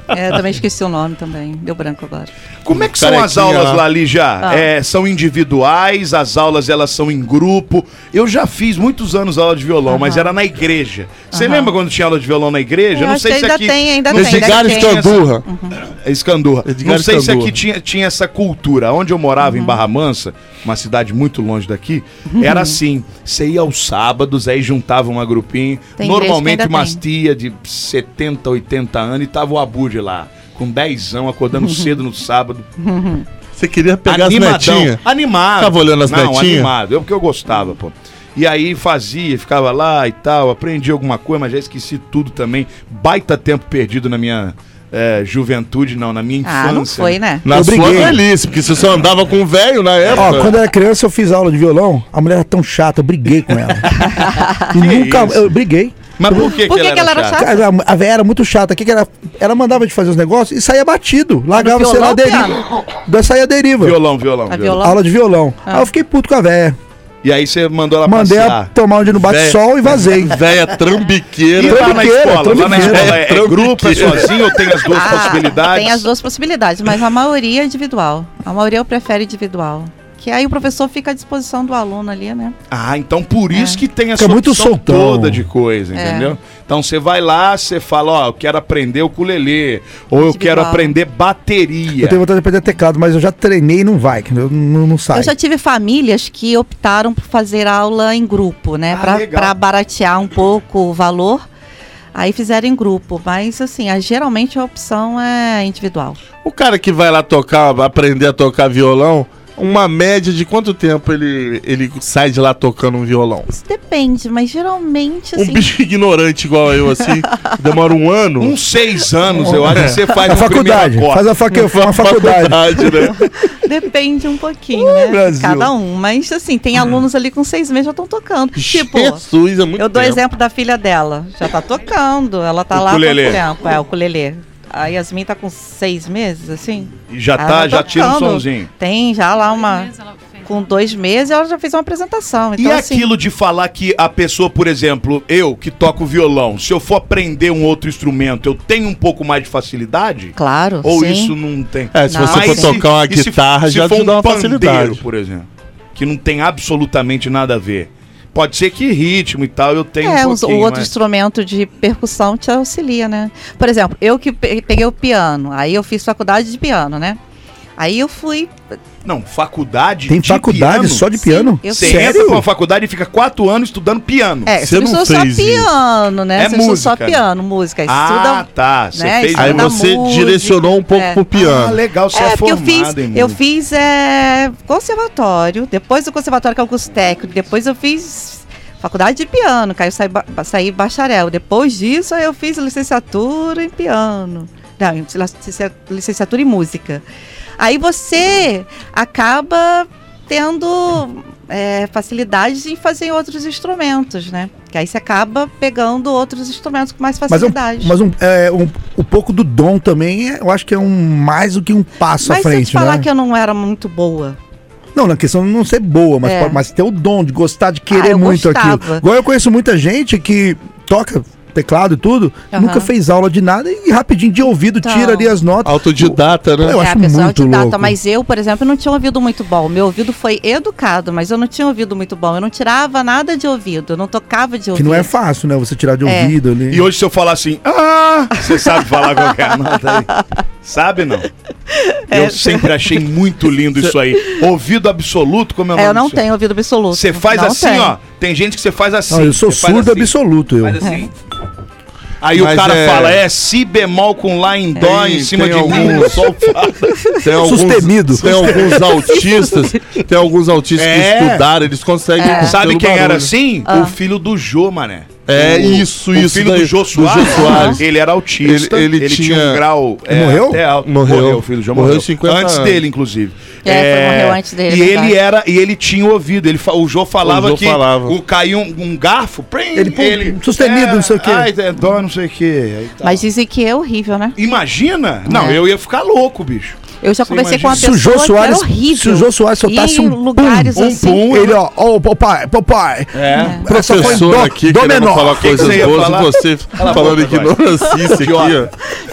Speaker 5: É, eu também esqueci o nome também. Deu branco agora.
Speaker 2: Como é que são as
Speaker 3: Carequinha
Speaker 2: aulas
Speaker 3: lá.
Speaker 2: lá, Lígia?
Speaker 5: Ah.
Speaker 2: É, são individuais, as aulas elas são em grupo. Eu já fiz muitos anos aula de violão, mas era na igreja. Você lembra quando tinha aula de violão na igreja?
Speaker 5: Eu
Speaker 2: não
Speaker 5: acho
Speaker 2: sei
Speaker 5: que
Speaker 2: se
Speaker 5: ainda
Speaker 2: aqui.
Speaker 5: tem, ainda
Speaker 2: não
Speaker 5: tem, Hum.
Speaker 2: sei se
Speaker 3: Edgar
Speaker 5: deve Cara,
Speaker 2: aqui
Speaker 5: ter.
Speaker 2: tinha essa-
Speaker 3: Escandurra.
Speaker 2: É Escandurra.
Speaker 3: Edgar
Speaker 2: não sei se
Speaker 3: Escandurra.
Speaker 2: aqui tinha, tinha essa cultura. Onde eu morava,
Speaker 5: Uhum.
Speaker 2: em Barra Mansa, uma cidade muito longe daqui, era assim: você ia aos sábados, aí juntava uma grupinha,
Speaker 5: Tem igreja que
Speaker 2: normalmente
Speaker 5: ainda
Speaker 2: umas
Speaker 5: tem.
Speaker 2: tia de 70, 80 anos, e tava o Abude lá, com 10 anos, acordando cedo no sábado,
Speaker 3: Você queria pegar as netinhas?
Speaker 2: Animado.
Speaker 3: Ficava olhando as
Speaker 2: Não,
Speaker 3: netinhas?
Speaker 2: animado. É porque eu gostava, pô. E aí fazia, ficava lá e tal, aprendi alguma coisa, mas já esqueci tudo também. Baita tempo perdido na minha eh, juventude, não, na minha infância.
Speaker 5: Ah, não foi, né?
Speaker 3: Na
Speaker 4: Eu
Speaker 3: sua
Speaker 4: briguei.
Speaker 3: velhice, porque você só andava com o velho na
Speaker 4: Ó,
Speaker 3: época.
Speaker 4: quando eu era criança eu fiz aula de violão, a mulher era tão chata, eu briguei com ela. e nunca.
Speaker 2: isso? Ah,
Speaker 4: Eu briguei.
Speaker 2: Mas por que,
Speaker 5: Por
Speaker 2: que, ela era chata?
Speaker 4: Cara, a velha era muito chata. O que, que era? Ela mandava de fazer os negócios e saía
Speaker 2: Ah,
Speaker 4: batido. Largava, sei lá, a
Speaker 5: violão,
Speaker 4: deriva. Daí saía a deriva.
Speaker 2: Violão, violão,
Speaker 5: A
Speaker 2: violão.
Speaker 5: violão.
Speaker 4: Aula de violão. Aí eu fiquei puto com a véia.
Speaker 2: E aí você mandou ela
Speaker 4: Mandei ela
Speaker 2: passear.
Speaker 4: tomar um dia no bate-sol e vazei.
Speaker 3: Velha
Speaker 2: E
Speaker 3: trambiqueira.
Speaker 2: lá na
Speaker 4: Trambiqueira,
Speaker 2: escola? Lá na
Speaker 4: trambiqueira.
Speaker 2: escola é, é
Speaker 3: Trambiqueira.
Speaker 2: grupo, é sozinho ou tem as duas
Speaker 5: Ah,
Speaker 2: possibilidades?
Speaker 5: Tem as duas possibilidades, mas a maioria é individual. A maioria eu prefere individual. Que aí o professor fica à disposição do aluno ali, né?
Speaker 2: Ah, então por
Speaker 5: É.
Speaker 2: isso que tem essa
Speaker 4: Fica muito
Speaker 2: opção
Speaker 4: soltão.
Speaker 2: toda de coisa, entendeu? Então você vai lá, você fala, ó, eu quero aprender o ukulele, ou eu
Speaker 5: Individual.
Speaker 2: quero aprender bateria.
Speaker 4: Eu tenho vontade de aprender teclado, mas eu já treinei e não vai, que eu não, não sai.
Speaker 5: Eu já tive famílias que optaram por fazer aula em grupo, né?
Speaker 2: Ah,
Speaker 5: Pra
Speaker 2: legal.
Speaker 5: para baratear um pouco o valor. Aí fizeram em grupo, mas assim, a- geralmente a opção é individual.
Speaker 3: O cara que vai lá tocar, aprender a tocar violão, uma média de quanto tempo ele, ele sai de lá tocando um violão?
Speaker 5: Isso depende, mas geralmente assim.
Speaker 3: Um bicho ignorante igual eu, assim, demora um ano.
Speaker 2: Uns seis anos, eu acho que você faz
Speaker 4: a
Speaker 2: um
Speaker 4: É faculdade,
Speaker 2: primeiro
Speaker 4: faz
Speaker 2: corte.
Speaker 4: a facu uma faculdade.
Speaker 3: faculdade, né?
Speaker 5: Depende um pouquinho, né?
Speaker 3: Brasil.
Speaker 5: Cada um. Mas assim, tem alunos ali com seis meses já estão tocando. Tipo,
Speaker 3: Jesus, é muito
Speaker 5: eu dou
Speaker 3: tempo.
Speaker 5: exemplo da filha dela. Já tá tocando. Ela tá lá há
Speaker 2: Ukulele.
Speaker 5: quanto tempo? É, o culelê. A Yasmin tá com seis meses, assim?
Speaker 2: E Já
Speaker 5: Ela
Speaker 2: tá, já tira um
Speaker 5: tocando.
Speaker 2: sonzinho.
Speaker 5: Tem já lá uma.
Speaker 6: Mas ela fez
Speaker 5: Com dois meses ela já fez uma apresentação. Então,
Speaker 2: e
Speaker 5: assim,
Speaker 2: aquilo de falar que a pessoa, por exemplo, eu que toco violão, se eu for aprender um outro instrumento, eu tenho um pouco mais de facilidade?
Speaker 5: Claro.
Speaker 2: Ou
Speaker 5: sim.
Speaker 2: isso não tem?
Speaker 3: É, se
Speaker 5: Não,
Speaker 3: você for
Speaker 5: sim.
Speaker 3: tocar uma
Speaker 2: e se-
Speaker 3: guitarra,
Speaker 2: se
Speaker 3: já
Speaker 2: for
Speaker 3: te
Speaker 2: um
Speaker 3: dá uma
Speaker 2: pandeiro,
Speaker 3: facilidade.
Speaker 2: por exemplo, que não tem absolutamente nada a ver. Pode ser que ritmo e tal eu tenha
Speaker 5: É,
Speaker 2: um
Speaker 5: os- o
Speaker 2: pouquinho,
Speaker 5: outro
Speaker 2: mas-
Speaker 5: instrumento de percussão te auxilia, né? Por exemplo, eu que pe- peguei o piano, aí eu fiz faculdade de piano, né? Aí eu fui.
Speaker 2: Não, faculdade
Speaker 4: Tem faculdade
Speaker 2: piano?
Speaker 4: só de
Speaker 5: Sim,
Speaker 4: piano?
Speaker 5: eu
Speaker 2: Você
Speaker 5: fiz.
Speaker 2: entra pra uma faculdade e fica quatro anos estudando piano.
Speaker 5: É,
Speaker 3: Você
Speaker 5: você não
Speaker 3: não
Speaker 5: estudou só
Speaker 3: fez isso.
Speaker 5: piano, né?
Speaker 2: É
Speaker 5: você estudou
Speaker 2: música,
Speaker 5: só
Speaker 2: né?
Speaker 5: piano, música.
Speaker 2: ah,
Speaker 5: Estuda.
Speaker 2: tá. Você
Speaker 5: né,
Speaker 2: fez...
Speaker 5: estuda
Speaker 3: Aí
Speaker 5: da
Speaker 3: você
Speaker 5: música,
Speaker 3: direcionou um pouco
Speaker 5: é.
Speaker 3: pro
Speaker 2: Ah,
Speaker 3: piano.
Speaker 2: legal, você é,
Speaker 5: É, porque eu
Speaker 2: formado
Speaker 5: fiz,
Speaker 2: em
Speaker 5: eu
Speaker 2: música.
Speaker 5: fiz é, conservatório, depois do conservatório que é o curso técnico, depois eu fiz faculdade de piano, que aí eu saí, ba- saí bacharel. Depois disso eu fiz licenciatura em piano. Não, em licencia- licenciatura em música. Aí você acaba tendo é, facilidade em fazer outros instrumentos, né? Que aí você acaba pegando outros instrumentos com mais
Speaker 4: Mas, um,
Speaker 5: facilidade.
Speaker 4: mas um, é, um, um pouco do dom também, é- eu acho que é um mais do que um passo à
Speaker 5: Mas se eu
Speaker 4: frente,
Speaker 5: te falar
Speaker 4: né?
Speaker 5: que eu não era muito boa.
Speaker 4: Não, na questão de não ser boa, mas,
Speaker 5: É.
Speaker 4: pode- mas ter o dom de gostar, de
Speaker 5: Ah,
Speaker 4: querer
Speaker 5: eu
Speaker 4: muito
Speaker 5: gostava.
Speaker 4: aquilo. Igual eu conheço muita gente que toca teclado e tudo,
Speaker 5: Aham.
Speaker 4: nunca fez aula de nada e rapidinho de ouvido
Speaker 5: Então.
Speaker 4: tira ali as notas.
Speaker 3: Autodidata, né?
Speaker 4: Eu acho
Speaker 5: É, a pessoa tá
Speaker 4: muito
Speaker 5: autodidata,
Speaker 4: louco.
Speaker 5: mas eu, por exemplo, não tinha ouvido muito bom. Meu ouvido foi educado, mas eu não tinha ouvido muito bom. Eu não tirava nada de ouvido, eu não tocava de
Speaker 4: Que
Speaker 5: ouvido.
Speaker 4: não é fácil, né? Você tirar de
Speaker 5: É.
Speaker 4: ouvido ali.
Speaker 2: E hoje se eu falar assim, ah, você sabe falar qualquer nota aí. Sabe não?
Speaker 5: É.
Speaker 2: eu sempre achei muito lindo isso aí. Ouvido absoluto, como é o
Speaker 5: É,
Speaker 2: nome
Speaker 5: eu não
Speaker 2: disso?
Speaker 5: tenho ouvido absoluto.
Speaker 2: Você faz
Speaker 5: Não
Speaker 2: assim,
Speaker 5: tenho.
Speaker 2: ó. Tem gente que você faz assim.
Speaker 4: Não, eu sou
Speaker 2: você faz
Speaker 4: surdo
Speaker 2: assim,
Speaker 4: absoluto, eu.
Speaker 2: faz assim. Aí
Speaker 3: Mas
Speaker 2: o cara
Speaker 3: é-
Speaker 2: fala, é si bemol com lá em dó
Speaker 3: Tem-
Speaker 2: em cima
Speaker 3: tem
Speaker 2: de mim,
Speaker 3: alguns-
Speaker 2: sol
Speaker 3: Tem alguns,
Speaker 4: Sustenido.
Speaker 3: Tem alguns autistas, tem alguns autistas
Speaker 2: É.
Speaker 3: que estudaram, eles conseguem.
Speaker 5: É.
Speaker 2: Sabe
Speaker 3: pelo
Speaker 2: quem era
Speaker 3: barulho.
Speaker 2: assim?
Speaker 5: Ah.
Speaker 2: O filho do Jô, mané.
Speaker 3: É,
Speaker 2: O-
Speaker 3: isso,
Speaker 2: o
Speaker 3: isso
Speaker 2: filho
Speaker 3: daí,
Speaker 2: do Jô
Speaker 3: do
Speaker 2: Soares.
Speaker 3: Jô Soares.
Speaker 2: Ele era autista.
Speaker 3: Ele-
Speaker 2: Ele,
Speaker 3: ele
Speaker 2: tinha...
Speaker 3: tinha-
Speaker 2: um grau.
Speaker 4: morreu?
Speaker 2: até alto.
Speaker 3: Morreu.
Speaker 2: o filho do Jô
Speaker 3: Morreu
Speaker 2: morreu.
Speaker 3: 50
Speaker 2: antes
Speaker 3: anos.
Speaker 2: dele, inclusive.
Speaker 5: É, foi- morreu antes dele,
Speaker 2: E
Speaker 5: é
Speaker 2: ele
Speaker 5: verdade.
Speaker 2: era. E ele tinha ouvido. Ele, fa- o Jô falava
Speaker 3: O Jô
Speaker 2: que
Speaker 3: falava.
Speaker 2: O, caiu um, um garfo. prim,
Speaker 4: Ele, pô, sustenido, não sei o quê.
Speaker 2: Ai, é dó, não sei o quê. Aí tá.
Speaker 5: Mas dizem que é horrível, né?
Speaker 2: Imagina? Não,
Speaker 5: É.
Speaker 2: eu ia ficar louco, bicho.
Speaker 5: Eu já
Speaker 3: Você
Speaker 5: conversei com uma pessoa
Speaker 4: Sujou
Speaker 5: que
Speaker 4: Soares-
Speaker 5: era horrível.
Speaker 4: sujou Soares, soltasse
Speaker 5: E em
Speaker 4: um pum,
Speaker 5: lugares
Speaker 3: um
Speaker 5: assim.
Speaker 3: pum,
Speaker 4: Ele, ó, ó, o papai, papai.
Speaker 3: É.
Speaker 4: Professor
Speaker 3: Professor
Speaker 4: em dó-
Speaker 3: aqui é-
Speaker 4: dó
Speaker 3: querendo
Speaker 4: menor.
Speaker 3: falar
Speaker 2: Que que
Speaker 3: coisas
Speaker 2: você ia
Speaker 3: boas
Speaker 2: falar?
Speaker 3: e você falando
Speaker 2: boca, vai.
Speaker 3: ignorância aqui, É, ó.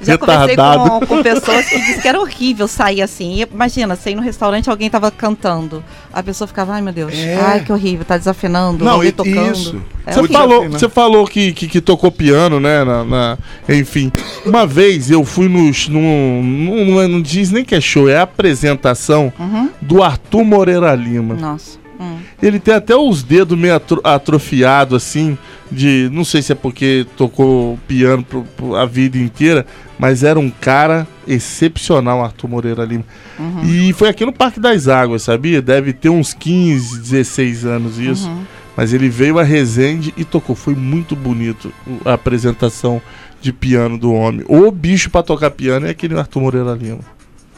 Speaker 5: Já conversei
Speaker 3: Retardado.
Speaker 5: com, um. com pessoas que dizem que era horrível sair assim. E imagina, sair no restaurante alguém tava cantando. A pessoa ficava, ai meu Deus,
Speaker 4: É.
Speaker 5: ai que horrível, tá desafinando,
Speaker 2: Não,
Speaker 5: alguém
Speaker 2: e-
Speaker 5: tocando.
Speaker 2: isso.
Speaker 5: É
Speaker 3: Você
Speaker 5: horrível.
Speaker 3: falou, você falou que, que, que tocou piano, né? na- na- enfim. Uma vez eu fui nos. Num, num- num- não diz nem que é show, é a apresentação
Speaker 5: Uhum.
Speaker 3: do Arthur Moreira Lima.
Speaker 5: Nossa. Hum.
Speaker 3: Ele tem até os dedos meio atro, atrofiados, assim, de. Não sei se é porque tocou piano pro- pro- a vida inteira, mas era um cara excepcional, Arthur Moreira Lima.
Speaker 5: Uhum.
Speaker 3: E foi aqui no Parque das Águas, sabia? Deve ter uns 15, 16 anos isso.
Speaker 5: Uhum.
Speaker 3: Mas ele veio a Resende e tocou. Foi muito bonito o- a apresentação de piano do homem. O bicho pra tocar piano é aquele Arthur Moreira Lima.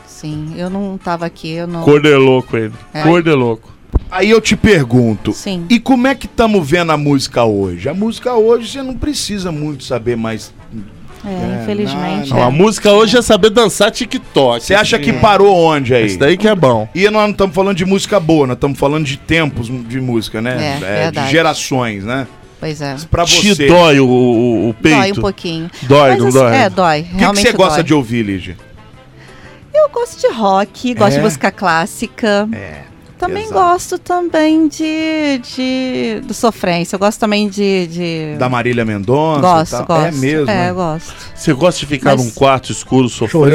Speaker 5: Sim, eu não tava aqui, eu não.
Speaker 3: Cordeloco ele.
Speaker 5: É.
Speaker 3: Cordeloco.
Speaker 2: Aí eu te pergunto,
Speaker 5: Sim.
Speaker 2: e como é que estamos vendo a música hoje? A música hoje você não precisa muito saber mais.
Speaker 5: É, infelizmente.
Speaker 3: Não,
Speaker 5: é.
Speaker 3: a música hoje é saber dançar TikTok.
Speaker 2: Você acha que
Speaker 3: Sim.
Speaker 2: parou onde aí?
Speaker 3: Isso daí que é bom.
Speaker 2: E nós não estamos falando de música boa, nós estamos falando de tempos de música, né?
Speaker 5: É,
Speaker 2: de
Speaker 5: verdade.
Speaker 2: gerações, né?
Speaker 5: Pois é.
Speaker 2: Pra
Speaker 3: Te
Speaker 2: você,
Speaker 3: dói o, o- o peito.
Speaker 5: Dói um pouquinho.
Speaker 3: Dói, não
Speaker 5: assim,
Speaker 3: dói?
Speaker 5: É, dói.
Speaker 2: o que que,
Speaker 5: Realmente
Speaker 2: você gosta
Speaker 5: dói.
Speaker 2: de ouvir, Lígia?
Speaker 5: Eu gosto de rock, gosto
Speaker 2: É?
Speaker 5: de música clássica.
Speaker 2: É.
Speaker 5: Também
Speaker 2: exato.
Speaker 5: gosto também de, de, do sofrência. Eu gosto também de. de...
Speaker 2: Da Marília Mendonça? e
Speaker 5: gosto,
Speaker 2: tal?
Speaker 5: gosto.
Speaker 2: É mesmo.
Speaker 5: É,
Speaker 2: né?
Speaker 5: eu gosto.
Speaker 3: Você gosta de ficar
Speaker 5: Mas-
Speaker 3: num quarto escuro sofrendo?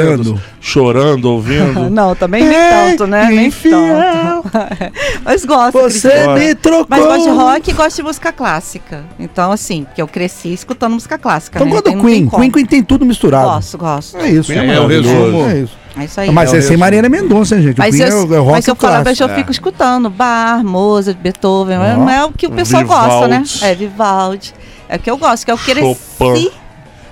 Speaker 4: Chorando.
Speaker 3: Chorando, ouvindo?
Speaker 5: Não, também nem tanto, né? Nem
Speaker 4: infiel.
Speaker 5: tanto. Mas gosto.
Speaker 4: Você é
Speaker 5: Cristiano.
Speaker 4: me trocou.
Speaker 5: Mas gosto de rock e gosto de música clássica. Então, assim, porque eu cresci escutando música clássica.
Speaker 4: Então
Speaker 5: né?
Speaker 4: gosta
Speaker 5: Não
Speaker 4: do
Speaker 5: tem-
Speaker 4: Queen.
Speaker 5: não tem
Speaker 4: Queen, Queen tem tudo
Speaker 5: como.
Speaker 4: misturado.
Speaker 5: Gosto, gosto.
Speaker 4: É isso.
Speaker 3: É, é o
Speaker 4: maravilhoso.
Speaker 3: resumo.
Speaker 4: É isso.
Speaker 5: É isso aí.
Speaker 4: Mas é sem Mariana Mendonça, hein, gente. O
Speaker 5: Mas
Speaker 4: Queen
Speaker 5: eu,
Speaker 4: é, o- é rock
Speaker 5: mas eu falar,
Speaker 4: clássico.
Speaker 5: eu fico escutando Bar, Mozart, Beethoven,
Speaker 4: Ó.
Speaker 5: não é o que o pessoal gosta, né?
Speaker 3: Vivaldi.
Speaker 5: É Vivaldi. É o que eu gosto, que eu
Speaker 3: Chopin.
Speaker 5: cresci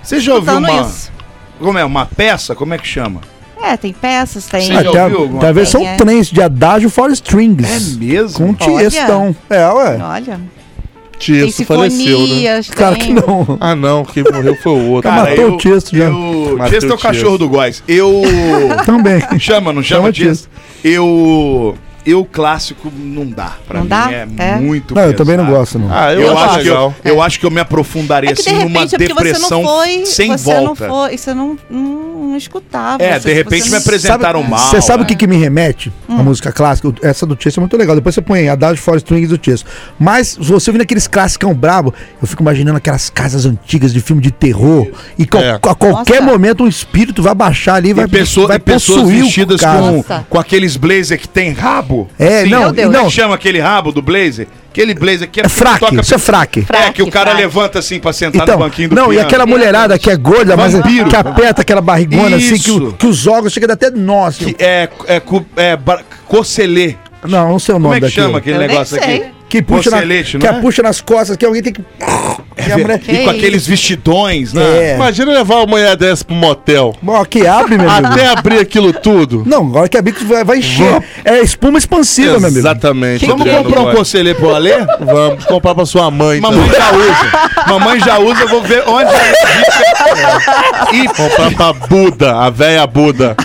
Speaker 2: Você já ouviu
Speaker 5: escutando
Speaker 2: uma.
Speaker 5: isso.
Speaker 2: Como é? Uma peça? Como é que chama?
Speaker 5: É, tem peças, tem.
Speaker 2: Sim, já
Speaker 4: Ah, tá-
Speaker 2: ouviu alguma
Speaker 4: talvez
Speaker 5: coisa?
Speaker 4: são trens de Adagio for Strings.
Speaker 2: mesmo?
Speaker 4: Com Tiestão. É, ué.
Speaker 5: É Olha, tem
Speaker 3: Tiesto faleceu, né?
Speaker 5: sinfonias,
Speaker 4: Claro que
Speaker 5: tem.
Speaker 4: não.
Speaker 3: Ah, não, quem morreu foi o outro.
Speaker 4: Cara, Matou
Speaker 2: eu-
Speaker 4: o Tiesto já.
Speaker 2: Eu...
Speaker 3: Matou
Speaker 2: Tiesto é
Speaker 3: o
Speaker 2: o cachorro
Speaker 3: Tiesto.
Speaker 2: do Góis. Eu.
Speaker 4: Também.
Speaker 2: chama, não chama,
Speaker 4: Chama
Speaker 2: Tiesto? Eu. Eu clássico não dá. Pra
Speaker 5: Não
Speaker 2: mim
Speaker 5: dá?
Speaker 2: é,
Speaker 5: É.
Speaker 2: muito
Speaker 4: Não, eu também não
Speaker 2: pesado.
Speaker 4: gosto, não.
Speaker 3: Ah,
Speaker 2: Eu, acho que eu,
Speaker 5: É.
Speaker 2: eu acho que eu me aprofundaria
Speaker 5: É que de
Speaker 2: assim numa
Speaker 5: repente é porque você
Speaker 2: depressão
Speaker 5: não foi.
Speaker 2: sem
Speaker 5: você não
Speaker 2: volta.
Speaker 5: foi. Você não, não, não escutava.
Speaker 2: É,
Speaker 5: você- assim,
Speaker 2: de repente
Speaker 5: você
Speaker 2: me
Speaker 5: não-
Speaker 2: apresentaram mal.
Speaker 4: Você sabe o
Speaker 2: né? Hum.
Speaker 4: que, que me remete? A música clássica, o- essa do Tiesto é muito legal. Depois você põe aí, a Dad for Strings do Tiesto. Mas se você ouvindo aqueles classicão brabo, eu fico imaginando aquelas casas antigas de filme de terror. E qual-
Speaker 3: É.
Speaker 4: a qualquer
Speaker 5: Nossa.
Speaker 4: momento um espírito vai baixar ali, vai,
Speaker 2: E, pessoa-
Speaker 4: vai
Speaker 2: e pessoas
Speaker 4: possuir o
Speaker 2: vestidas
Speaker 4: cara.
Speaker 2: com,
Speaker 5: Nossa.
Speaker 2: com aqueles blazer que tem rabo.
Speaker 4: É, não,
Speaker 5: Meu Deus.
Speaker 2: Como é
Speaker 4: não.
Speaker 2: que chama aquele rabo do blazer? Aquele blazer que
Speaker 4: É fraque,
Speaker 2: toca-
Speaker 4: isso é fraque.
Speaker 2: É, que o cara
Speaker 5: Fraque,
Speaker 2: levanta assim pra sentar
Speaker 4: Então,
Speaker 2: no banquinho do
Speaker 4: não, e
Speaker 2: piano.
Speaker 4: aquela mulherada que é gorda, mas
Speaker 2: Vampiro.
Speaker 4: que aperta aquela barrigona assim, que, o-
Speaker 2: Isso.
Speaker 4: que os órgãos chegam até nós.
Speaker 2: Que é, é, cu- é, bra- cocelê.
Speaker 4: Não, não sei o
Speaker 2: Como
Speaker 4: nome
Speaker 2: é que
Speaker 4: daquilo.
Speaker 2: chama aquele
Speaker 5: Eu nem
Speaker 2: negócio
Speaker 5: sei.
Speaker 2: aqui?
Speaker 4: Que puxa, na,
Speaker 2: Cocelete,
Speaker 4: que
Speaker 2: não é?
Speaker 4: puxa nas costas, que alguém tem que. que a
Speaker 2: E
Speaker 4: mulher-
Speaker 2: com
Speaker 5: Que
Speaker 2: aqueles vestidões, né?
Speaker 4: É.
Speaker 3: Imagina levar uma mulher dessa pro motel.
Speaker 4: Ó, que abre, meu amigo.
Speaker 3: Até abrir aquilo tudo.
Speaker 4: Não, agora que a bico vai, vai encher. É espuma expansiva, meu amigo.
Speaker 3: Exatamente.
Speaker 2: Vamos
Speaker 3: Adriano
Speaker 2: comprar um
Speaker 3: Góes.
Speaker 2: cocelê pro Alê?
Speaker 3: Vamos comprar pra sua mãe. também.
Speaker 2: Mamãe já usa. Mamãe já usa, eu vou ver onde é.
Speaker 3: Comprar pra Buda, a véia Buda.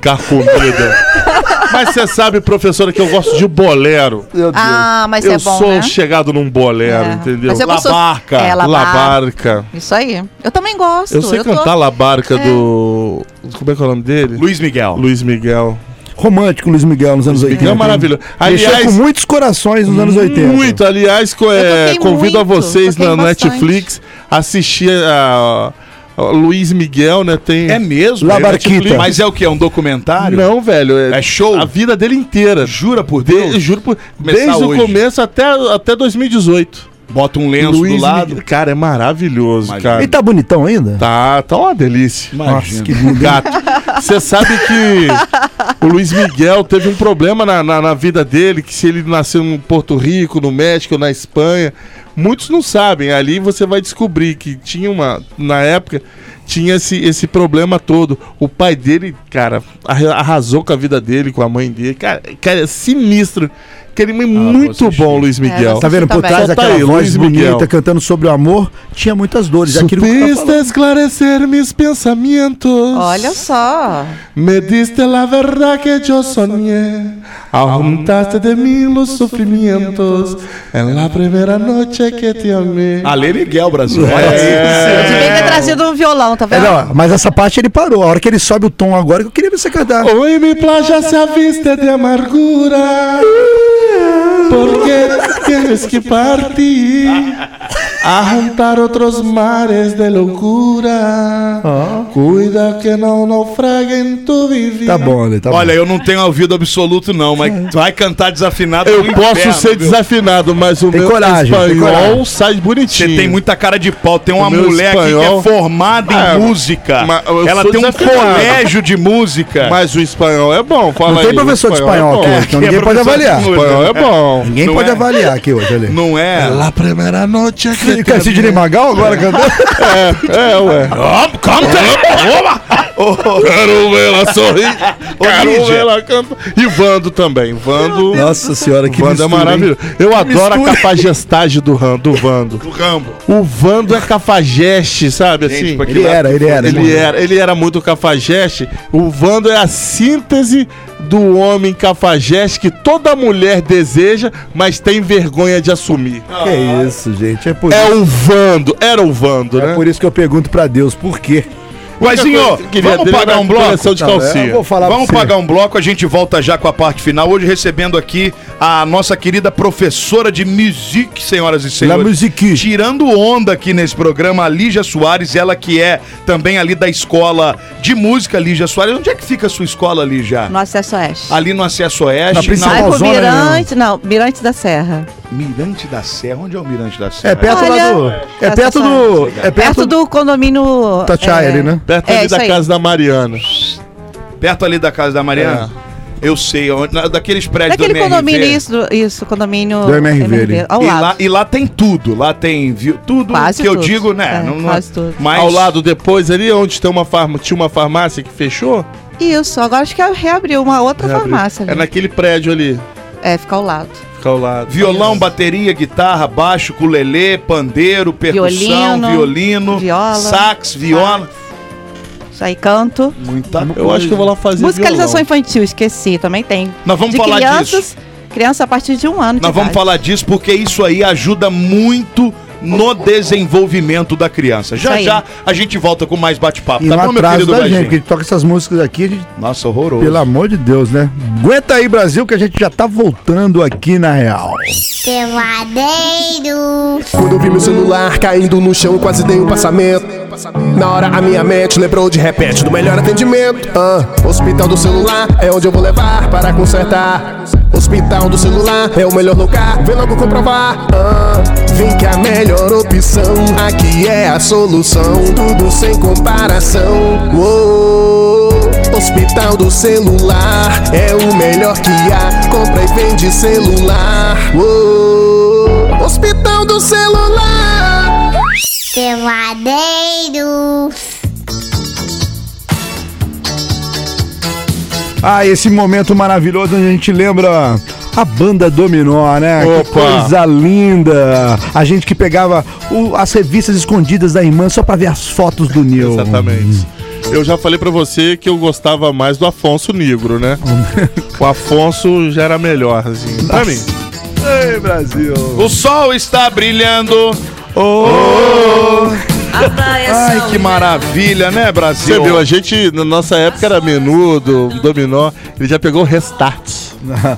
Speaker 3: Carcomida. Mas você sabe, professora, que eu gosto de bolero.
Speaker 5: Ah, mas
Speaker 3: eu
Speaker 5: é bom.
Speaker 3: sou
Speaker 5: né?
Speaker 3: chegado num bolero,
Speaker 5: É.
Speaker 3: entendeu?
Speaker 5: Mas eu gosto-
Speaker 3: Labarca.
Speaker 5: É, labar-
Speaker 3: Labarca.
Speaker 5: Isso aí. Eu também gosto.
Speaker 3: Eu sei
Speaker 5: tô-
Speaker 3: cantar Labarca do. Como é que é o nome dele?
Speaker 2: Luiz Miguel.
Speaker 3: Luiz Miguel.
Speaker 4: Romântico Luiz Miguel nos anos 80.
Speaker 3: Miguel é maravilhoso.
Speaker 4: Mexeu
Speaker 3: Aliás,
Speaker 4: com muitos corações nos anos 80.
Speaker 3: Muito, aliás, co- é,
Speaker 5: toquei
Speaker 3: convido a
Speaker 5: muito,
Speaker 3: vocês
Speaker 5: toquei
Speaker 3: na
Speaker 5: bastante.
Speaker 3: Netflix assistir a, a Luiz Miguel, né? Tem.
Speaker 2: É mesmo?
Speaker 4: Labarquita.
Speaker 2: Netflix. Mas é o quê? É um documentário?
Speaker 3: Não, velho.
Speaker 2: É show?
Speaker 3: A vida dele inteira.
Speaker 2: Jura por
Speaker 3: De-
Speaker 2: Deus?
Speaker 3: juro por,
Speaker 2: Começar
Speaker 3: desde
Speaker 2: hoje.
Speaker 3: o começo até, até 2018.
Speaker 2: Bota um lenço do lado.
Speaker 3: Miguel- Cara, é maravilhoso,
Speaker 2: Imagina.
Speaker 3: cara.
Speaker 4: E tá bonitão ainda?
Speaker 3: Tá, tá uma delícia.
Speaker 2: Imagina.
Speaker 3: lindo. Gato. Você sabe que o Luiz Miguel teve um problema na, na, na vida dele, que se ele nasceu no Porto Rico, no México, na Espanha, muitos não sabem. Ali você vai descobrir que tinha uma, na época, tinha esse, esse problema todo. O pai dele, cara, arra- arrasou com a vida dele, com a mãe dele. Cara, cara é sinistro. Aquele homem muito
Speaker 2: assistir.
Speaker 3: bom, Luiz Miguel.
Speaker 5: É,
Speaker 4: Tá vendo? Por
Speaker 5: Também.
Speaker 4: trás
Speaker 3: Solta
Speaker 4: daquela
Speaker 3: aí,
Speaker 4: voz
Speaker 3: Luiz
Speaker 4: bonita
Speaker 3: Miguel.
Speaker 4: cantando sobre o amor, tinha muitas dores. é Aquilo que eu tava
Speaker 3: Supiste
Speaker 4: falando.
Speaker 3: esclarecer meus pensamentos.
Speaker 5: Olha só.
Speaker 3: Me diste la verdad que yo soñé. Ahuntaste de mí los sufrimientos. En la primera noche que te amé.
Speaker 2: Alê Miguel, Brasil.
Speaker 3: É.
Speaker 2: É.
Speaker 5: Você devia ter trazido um violão, tá
Speaker 4: É,
Speaker 5: vendo?
Speaker 4: não, mas essa parte ele parou. A hora que ele sobe o tom agora, que eu queria ver você cantar.
Speaker 3: Hoy mi playa se aviste de amargura. Porque tienes que partir a juntar otros mares de locura. Cuida que no naufraguen tu vivir.
Speaker 4: Tá bom, Ale, tá bom.
Speaker 2: Olha, eu não tenho ouvido absoluto, não, mas vai cantar desafinado.
Speaker 3: Eu
Speaker 2: no
Speaker 3: posso
Speaker 2: inferno,
Speaker 3: ser
Speaker 2: viu?
Speaker 3: desafinado, mas o
Speaker 4: Tem
Speaker 3: meu
Speaker 4: coragem, tem coragem.
Speaker 3: espanhol sai
Speaker 2: Você
Speaker 3: bonitinho.
Speaker 2: tem muita cara de pau. Tem uma
Speaker 3: O meu
Speaker 2: mulher
Speaker 3: espanhol-
Speaker 2: aqui que é formada em
Speaker 3: Ah,
Speaker 2: música.
Speaker 3: mas eu
Speaker 2: Ela
Speaker 3: sou
Speaker 2: tem um
Speaker 3: desafinado.
Speaker 2: colégio de música.
Speaker 3: Mas o espanhol é bom, fala
Speaker 4: Não tem
Speaker 3: aí,
Speaker 4: professor
Speaker 3: o
Speaker 4: de espanhol
Speaker 3: é bom.
Speaker 4: aqui, então ninguém
Speaker 2: é
Speaker 4: pode
Speaker 2: professor de
Speaker 4: avaliar.
Speaker 2: música.
Speaker 3: O espanhol é bom.
Speaker 4: Ninguém
Speaker 2: Não
Speaker 4: pode
Speaker 2: é.
Speaker 4: avaliar aqui hoje, Ale.
Speaker 2: Não é?
Speaker 3: La primera noche que
Speaker 4: Fica Sidney Magal agora cantando.
Speaker 3: É, ué.
Speaker 2: É.
Speaker 3: Quero ver ela sorrir.
Speaker 5: É
Speaker 3: Quero
Speaker 2: Lígia.
Speaker 3: ver ela cantar. E Vando também. Vando.
Speaker 4: Nossa senhora, que
Speaker 3: Vando é
Speaker 4: mistura, hein?
Speaker 3: maravilhoso. Eu adoro
Speaker 4: mistura.
Speaker 3: a capagestagem do, Ram- do Vando.
Speaker 2: O Rambo.
Speaker 3: O Vando é cafajeste, sabe?
Speaker 2: Gente,
Speaker 3: Assim,
Speaker 2: pra que
Speaker 4: Ele era, ele era.
Speaker 3: ele é. era, ele era muito cafajeste. O Vando é a síntese do homem cafajeste que toda mulher deseja, mas tem vergonha de assumir.
Speaker 4: Que isso, gente. É por,
Speaker 3: É
Speaker 4: isso,
Speaker 3: o Vando, era o Vando,
Speaker 4: é
Speaker 3: né?
Speaker 4: por isso que eu pergunto pra Deus, por quê?
Speaker 2: Guazinho, vamos pagar um bloco?
Speaker 3: coleção de
Speaker 4: Tá, eu
Speaker 3: calcinha.
Speaker 4: vou falar
Speaker 2: Vamos
Speaker 4: pra você.
Speaker 2: pagar um bloco, a gente volta já com a parte final. Hoje recebendo aqui a nossa querida professora de musique, senhoras e
Speaker 4: La
Speaker 2: senhores.
Speaker 4: musique.
Speaker 2: Tirando onda aqui nesse programa, a Lígia Soares, ela que é também ali da escola de música, Lígia Soares. Onde é que fica a sua escola, Lígia?
Speaker 5: No acesso oeste.
Speaker 2: Ali no Acesso Oeste.
Speaker 4: Na principal
Speaker 5: Aí pro
Speaker 4: zona, né?
Speaker 5: Mirante, não, Mirante da Serra.
Speaker 2: Mirante da Serra. Onde é o Mirante da Serra?
Speaker 4: É perto lá
Speaker 5: Olha,
Speaker 4: do. É
Speaker 5: essa
Speaker 4: perto do. É
Speaker 5: Perto
Speaker 4: perto do.
Speaker 5: do condomínio.
Speaker 4: Tatiaia ali, né?
Speaker 3: Perto
Speaker 5: É,
Speaker 3: ali
Speaker 5: isso
Speaker 3: da
Speaker 5: aí.
Speaker 3: casa da Mariana.
Speaker 2: Perto ali da casa da Mariana?
Speaker 4: É.
Speaker 2: Eu sei, é onde- na- daqueles prédios
Speaker 5: Daquele
Speaker 2: do MRV.
Speaker 5: condomínio, isso, do- isso, condomínio.
Speaker 4: Do MRV ali.
Speaker 5: ao
Speaker 2: e,
Speaker 5: lado.
Speaker 2: lá, e lá tem tudo, lá tem viu, tudo
Speaker 5: Quase
Speaker 2: que eu
Speaker 5: tudo.
Speaker 2: digo, né?
Speaker 5: É,
Speaker 2: não, não,
Speaker 5: quase tudo.
Speaker 2: Mas
Speaker 3: Ao lado depois ali, onde tem uma farma, tinha uma farmácia que fechou.
Speaker 5: Isso, agora acho que é, reabriu uma outra
Speaker 3: reabriu.
Speaker 5: farmácia ali.
Speaker 3: É naquele prédio ali.
Speaker 5: É, fica ao lado.
Speaker 3: Fica ao lado.
Speaker 2: violão, bateria, guitarra, baixo, culelê, pandeiro, percussão,
Speaker 5: Violino,
Speaker 2: violino,
Speaker 5: viola,
Speaker 2: sax, viola.
Speaker 5: Isso aí, canto.
Speaker 2: Muita
Speaker 3: Tá, Eu acho que eu vou lá fazer
Speaker 5: Musicalização
Speaker 3: violão.
Speaker 5: infantil, esqueci, também tem.
Speaker 2: Nós vamos
Speaker 5: de
Speaker 2: falar
Speaker 5: crianças,
Speaker 2: disso.
Speaker 5: Criança a partir de um ano de
Speaker 2: Nós vamos
Speaker 5: idade.
Speaker 2: falar disso porque isso aí ajuda muito no desenvolvimento da criança.
Speaker 5: Isso
Speaker 2: Já
Speaker 5: aí.
Speaker 2: já a gente volta com mais bate-papo,
Speaker 4: E
Speaker 2: tá
Speaker 4: lá
Speaker 2: bom, meu
Speaker 4: atrás
Speaker 2: querido
Speaker 4: um da gente,
Speaker 2: Baixinho?
Speaker 4: porque a gente toca essas músicas aqui, a gente
Speaker 2: Nossa, horroroso.
Speaker 4: Pelo amor de Deus, né? Aguenta aí, Brasil, que a gente já tá voltando aqui na real.
Speaker 6: Peladeiro.
Speaker 7: Quando eu vi meu celular caindo no chão, quase dei um passamento. Na hora a minha mente lembrou de repente do melhor atendimento. Ah, hospital do celular é onde eu vou levar para consertar. Hospital do celular é o melhor lugar, vem logo comprovar. Ah, vem que a melhor opção aqui é a solução, tudo sem comparação. Uou, hospital do celular é o melhor que há, compra e vende celular. Uou, hospital do celular.
Speaker 6: Peladeiro.
Speaker 4: Ah, esse momento maravilhoso onde a gente lembra a banda Dominó, né? Que
Speaker 3: Opa!
Speaker 4: coisa linda! A gente que pegava o- as revistas escondidas da irmã só pra ver as fotos do Nil.
Speaker 3: Exatamente. Eu já falei pra você que eu gostava mais do Afonso Negro, né? o Afonso já era melhor, assim. Pra mim.
Speaker 4: Ei, Brasil!
Speaker 2: O sol está brilhando. Oh. Ai, que maravilha, né, Brasil?
Speaker 3: Você viu, a gente, na nossa época era menudo, dominó, ele já pegou restart.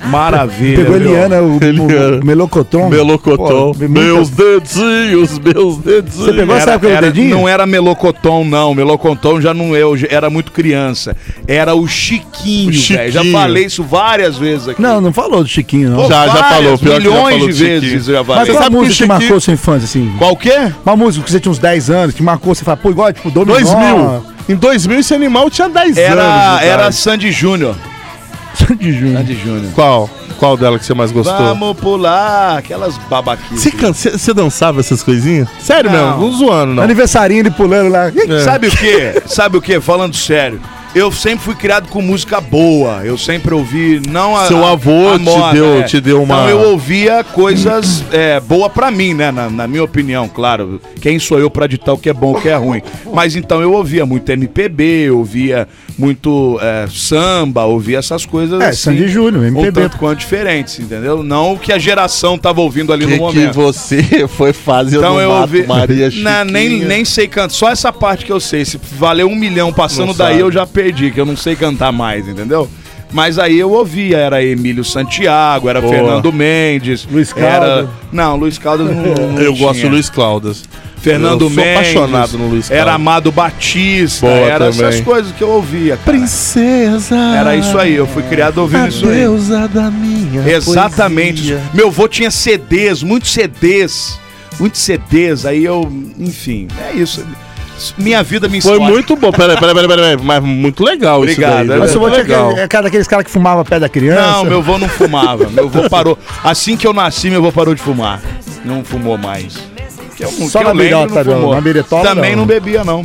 Speaker 2: Maravilha.
Speaker 4: Pegou
Speaker 2: viu?
Speaker 4: Eliana, o,
Speaker 3: é Eliana.
Speaker 4: o Melocotron.
Speaker 3: Melocotão.
Speaker 4: Pô, muitas-
Speaker 3: meus dedinhos, meus dedinhos.
Speaker 4: Você pegou essa época do
Speaker 2: era,
Speaker 4: dedinho?
Speaker 2: não era melocotom, não. Melocotom já não eu já era muito criança. Era o Chiquinho,
Speaker 3: O Chiquinho.
Speaker 2: velho. Já falei isso várias vezes aqui.
Speaker 4: Não, não falou do Chiquinho, não.
Speaker 2: Pô,
Speaker 3: Já, já
Speaker 2: várias,
Speaker 3: falou, pior que já
Speaker 2: milhões
Speaker 3: falou do
Speaker 2: de vezes
Speaker 3: Chiquinho.
Speaker 2: eu já
Speaker 4: Mas
Speaker 2: falei.
Speaker 4: qual
Speaker 3: sabe que o
Speaker 4: música que
Speaker 3: Chiquinho-
Speaker 4: marcou sua infância, assim?
Speaker 2: Qual que?
Speaker 4: Uma música que você tinha uns 10 anos, que marcou, você fala, pô, igual, tipo, Dominó.
Speaker 3: 2000. Em 2000 esse animal tinha 10 anos.
Speaker 2: Era,
Speaker 3: de
Speaker 2: era
Speaker 3: idade.
Speaker 2: Sandy Júnior.
Speaker 4: de junho.
Speaker 2: Sandy Júnior.
Speaker 3: Qual? Qual dela que você mais gostou?
Speaker 2: Vamos pular aquelas babaquinhas.
Speaker 3: Você, can- você- você dançava essas coisinhas? Sério
Speaker 2: Não.
Speaker 3: mesmo? Não zoando, não.
Speaker 4: Aniversarinho ele pulando lá.
Speaker 3: É.
Speaker 2: Sabe o que? Sabe o que? Falando sério. eu sempre fui criado com música boa. Eu sempre ouvi não a
Speaker 3: Seu
Speaker 2: a-
Speaker 3: avô
Speaker 2: a
Speaker 3: te deu- te deu uma-
Speaker 2: Então eu ouvia coisas é, boa para mim, né? Na, na minha opinião, claro. Quem sou eu para ditar o que é bom, o que é ruim? Mas então eu ouvia muito MPB, eu ouvia muito é, samba, ouvia essas coisas. assim,
Speaker 4: É, Sandy Júnior, MPB.
Speaker 2: Um tanto quanto diferentes, entendeu? Não o que a geração tava ouvindo ali
Speaker 3: O
Speaker 2: no
Speaker 3: que, que
Speaker 2: momento.
Speaker 3: você foi fazer
Speaker 2: Então
Speaker 3: no
Speaker 2: eu
Speaker 3: Mato
Speaker 2: ouvi.
Speaker 3: Maria
Speaker 2: Não,
Speaker 3: Chiquinha?
Speaker 2: nem, nem sei cantar. Só essa parte que eu sei. Se valeu um milhão passando
Speaker 3: Não
Speaker 2: daí,
Speaker 3: sabe.
Speaker 2: eu já perdi, que eu não sei cantar mais, entendeu? Mas aí eu ouvia, era Emílio Santiago, era
Speaker 3: Boa.
Speaker 2: Fernando Mendes,
Speaker 4: Luiz
Speaker 2: era
Speaker 4: Caldas.
Speaker 2: Não, Luiz Caldas não, não
Speaker 3: Eu gosto do
Speaker 2: tinha.
Speaker 3: Luiz Claudas.
Speaker 2: Fernando
Speaker 3: eu sou
Speaker 2: Mendes.
Speaker 3: apaixonado no Luiz Caldas.
Speaker 2: Era Amado Batista,
Speaker 3: Boa
Speaker 2: era essas
Speaker 3: também.
Speaker 2: coisas que eu ouvia. cara.
Speaker 3: Princesa.
Speaker 2: Era isso aí, eu fui criado ouvindo isso aí.
Speaker 3: da minha.
Speaker 2: Exatamente. Meu avô tinha CDs, muitos CDs. Muitos CDs, aí eu. Enfim, é isso. Minha vida me
Speaker 3: Foi muito bom. Peraí, peraí, peraí, peraí. Mas muito legal
Speaker 2: Obrigado,
Speaker 3: isso
Speaker 2: é
Speaker 3: daí. né?
Speaker 4: Mas seu
Speaker 3: muito
Speaker 4: avô tinha
Speaker 3: legal.
Speaker 4: aquele, é cara daqueles caras que fumava pé da criança.
Speaker 2: Não, meu avô não fumava. meu avô parou. Assim que eu nasci, meu avô parou de fumar. Não fumou mais. Que eu-
Speaker 4: Só
Speaker 2: que
Speaker 4: na
Speaker 2: eu lembro,
Speaker 4: birota, não.
Speaker 2: fumou.
Speaker 4: Na biritola,
Speaker 2: Também
Speaker 4: não.
Speaker 2: não bebia, não.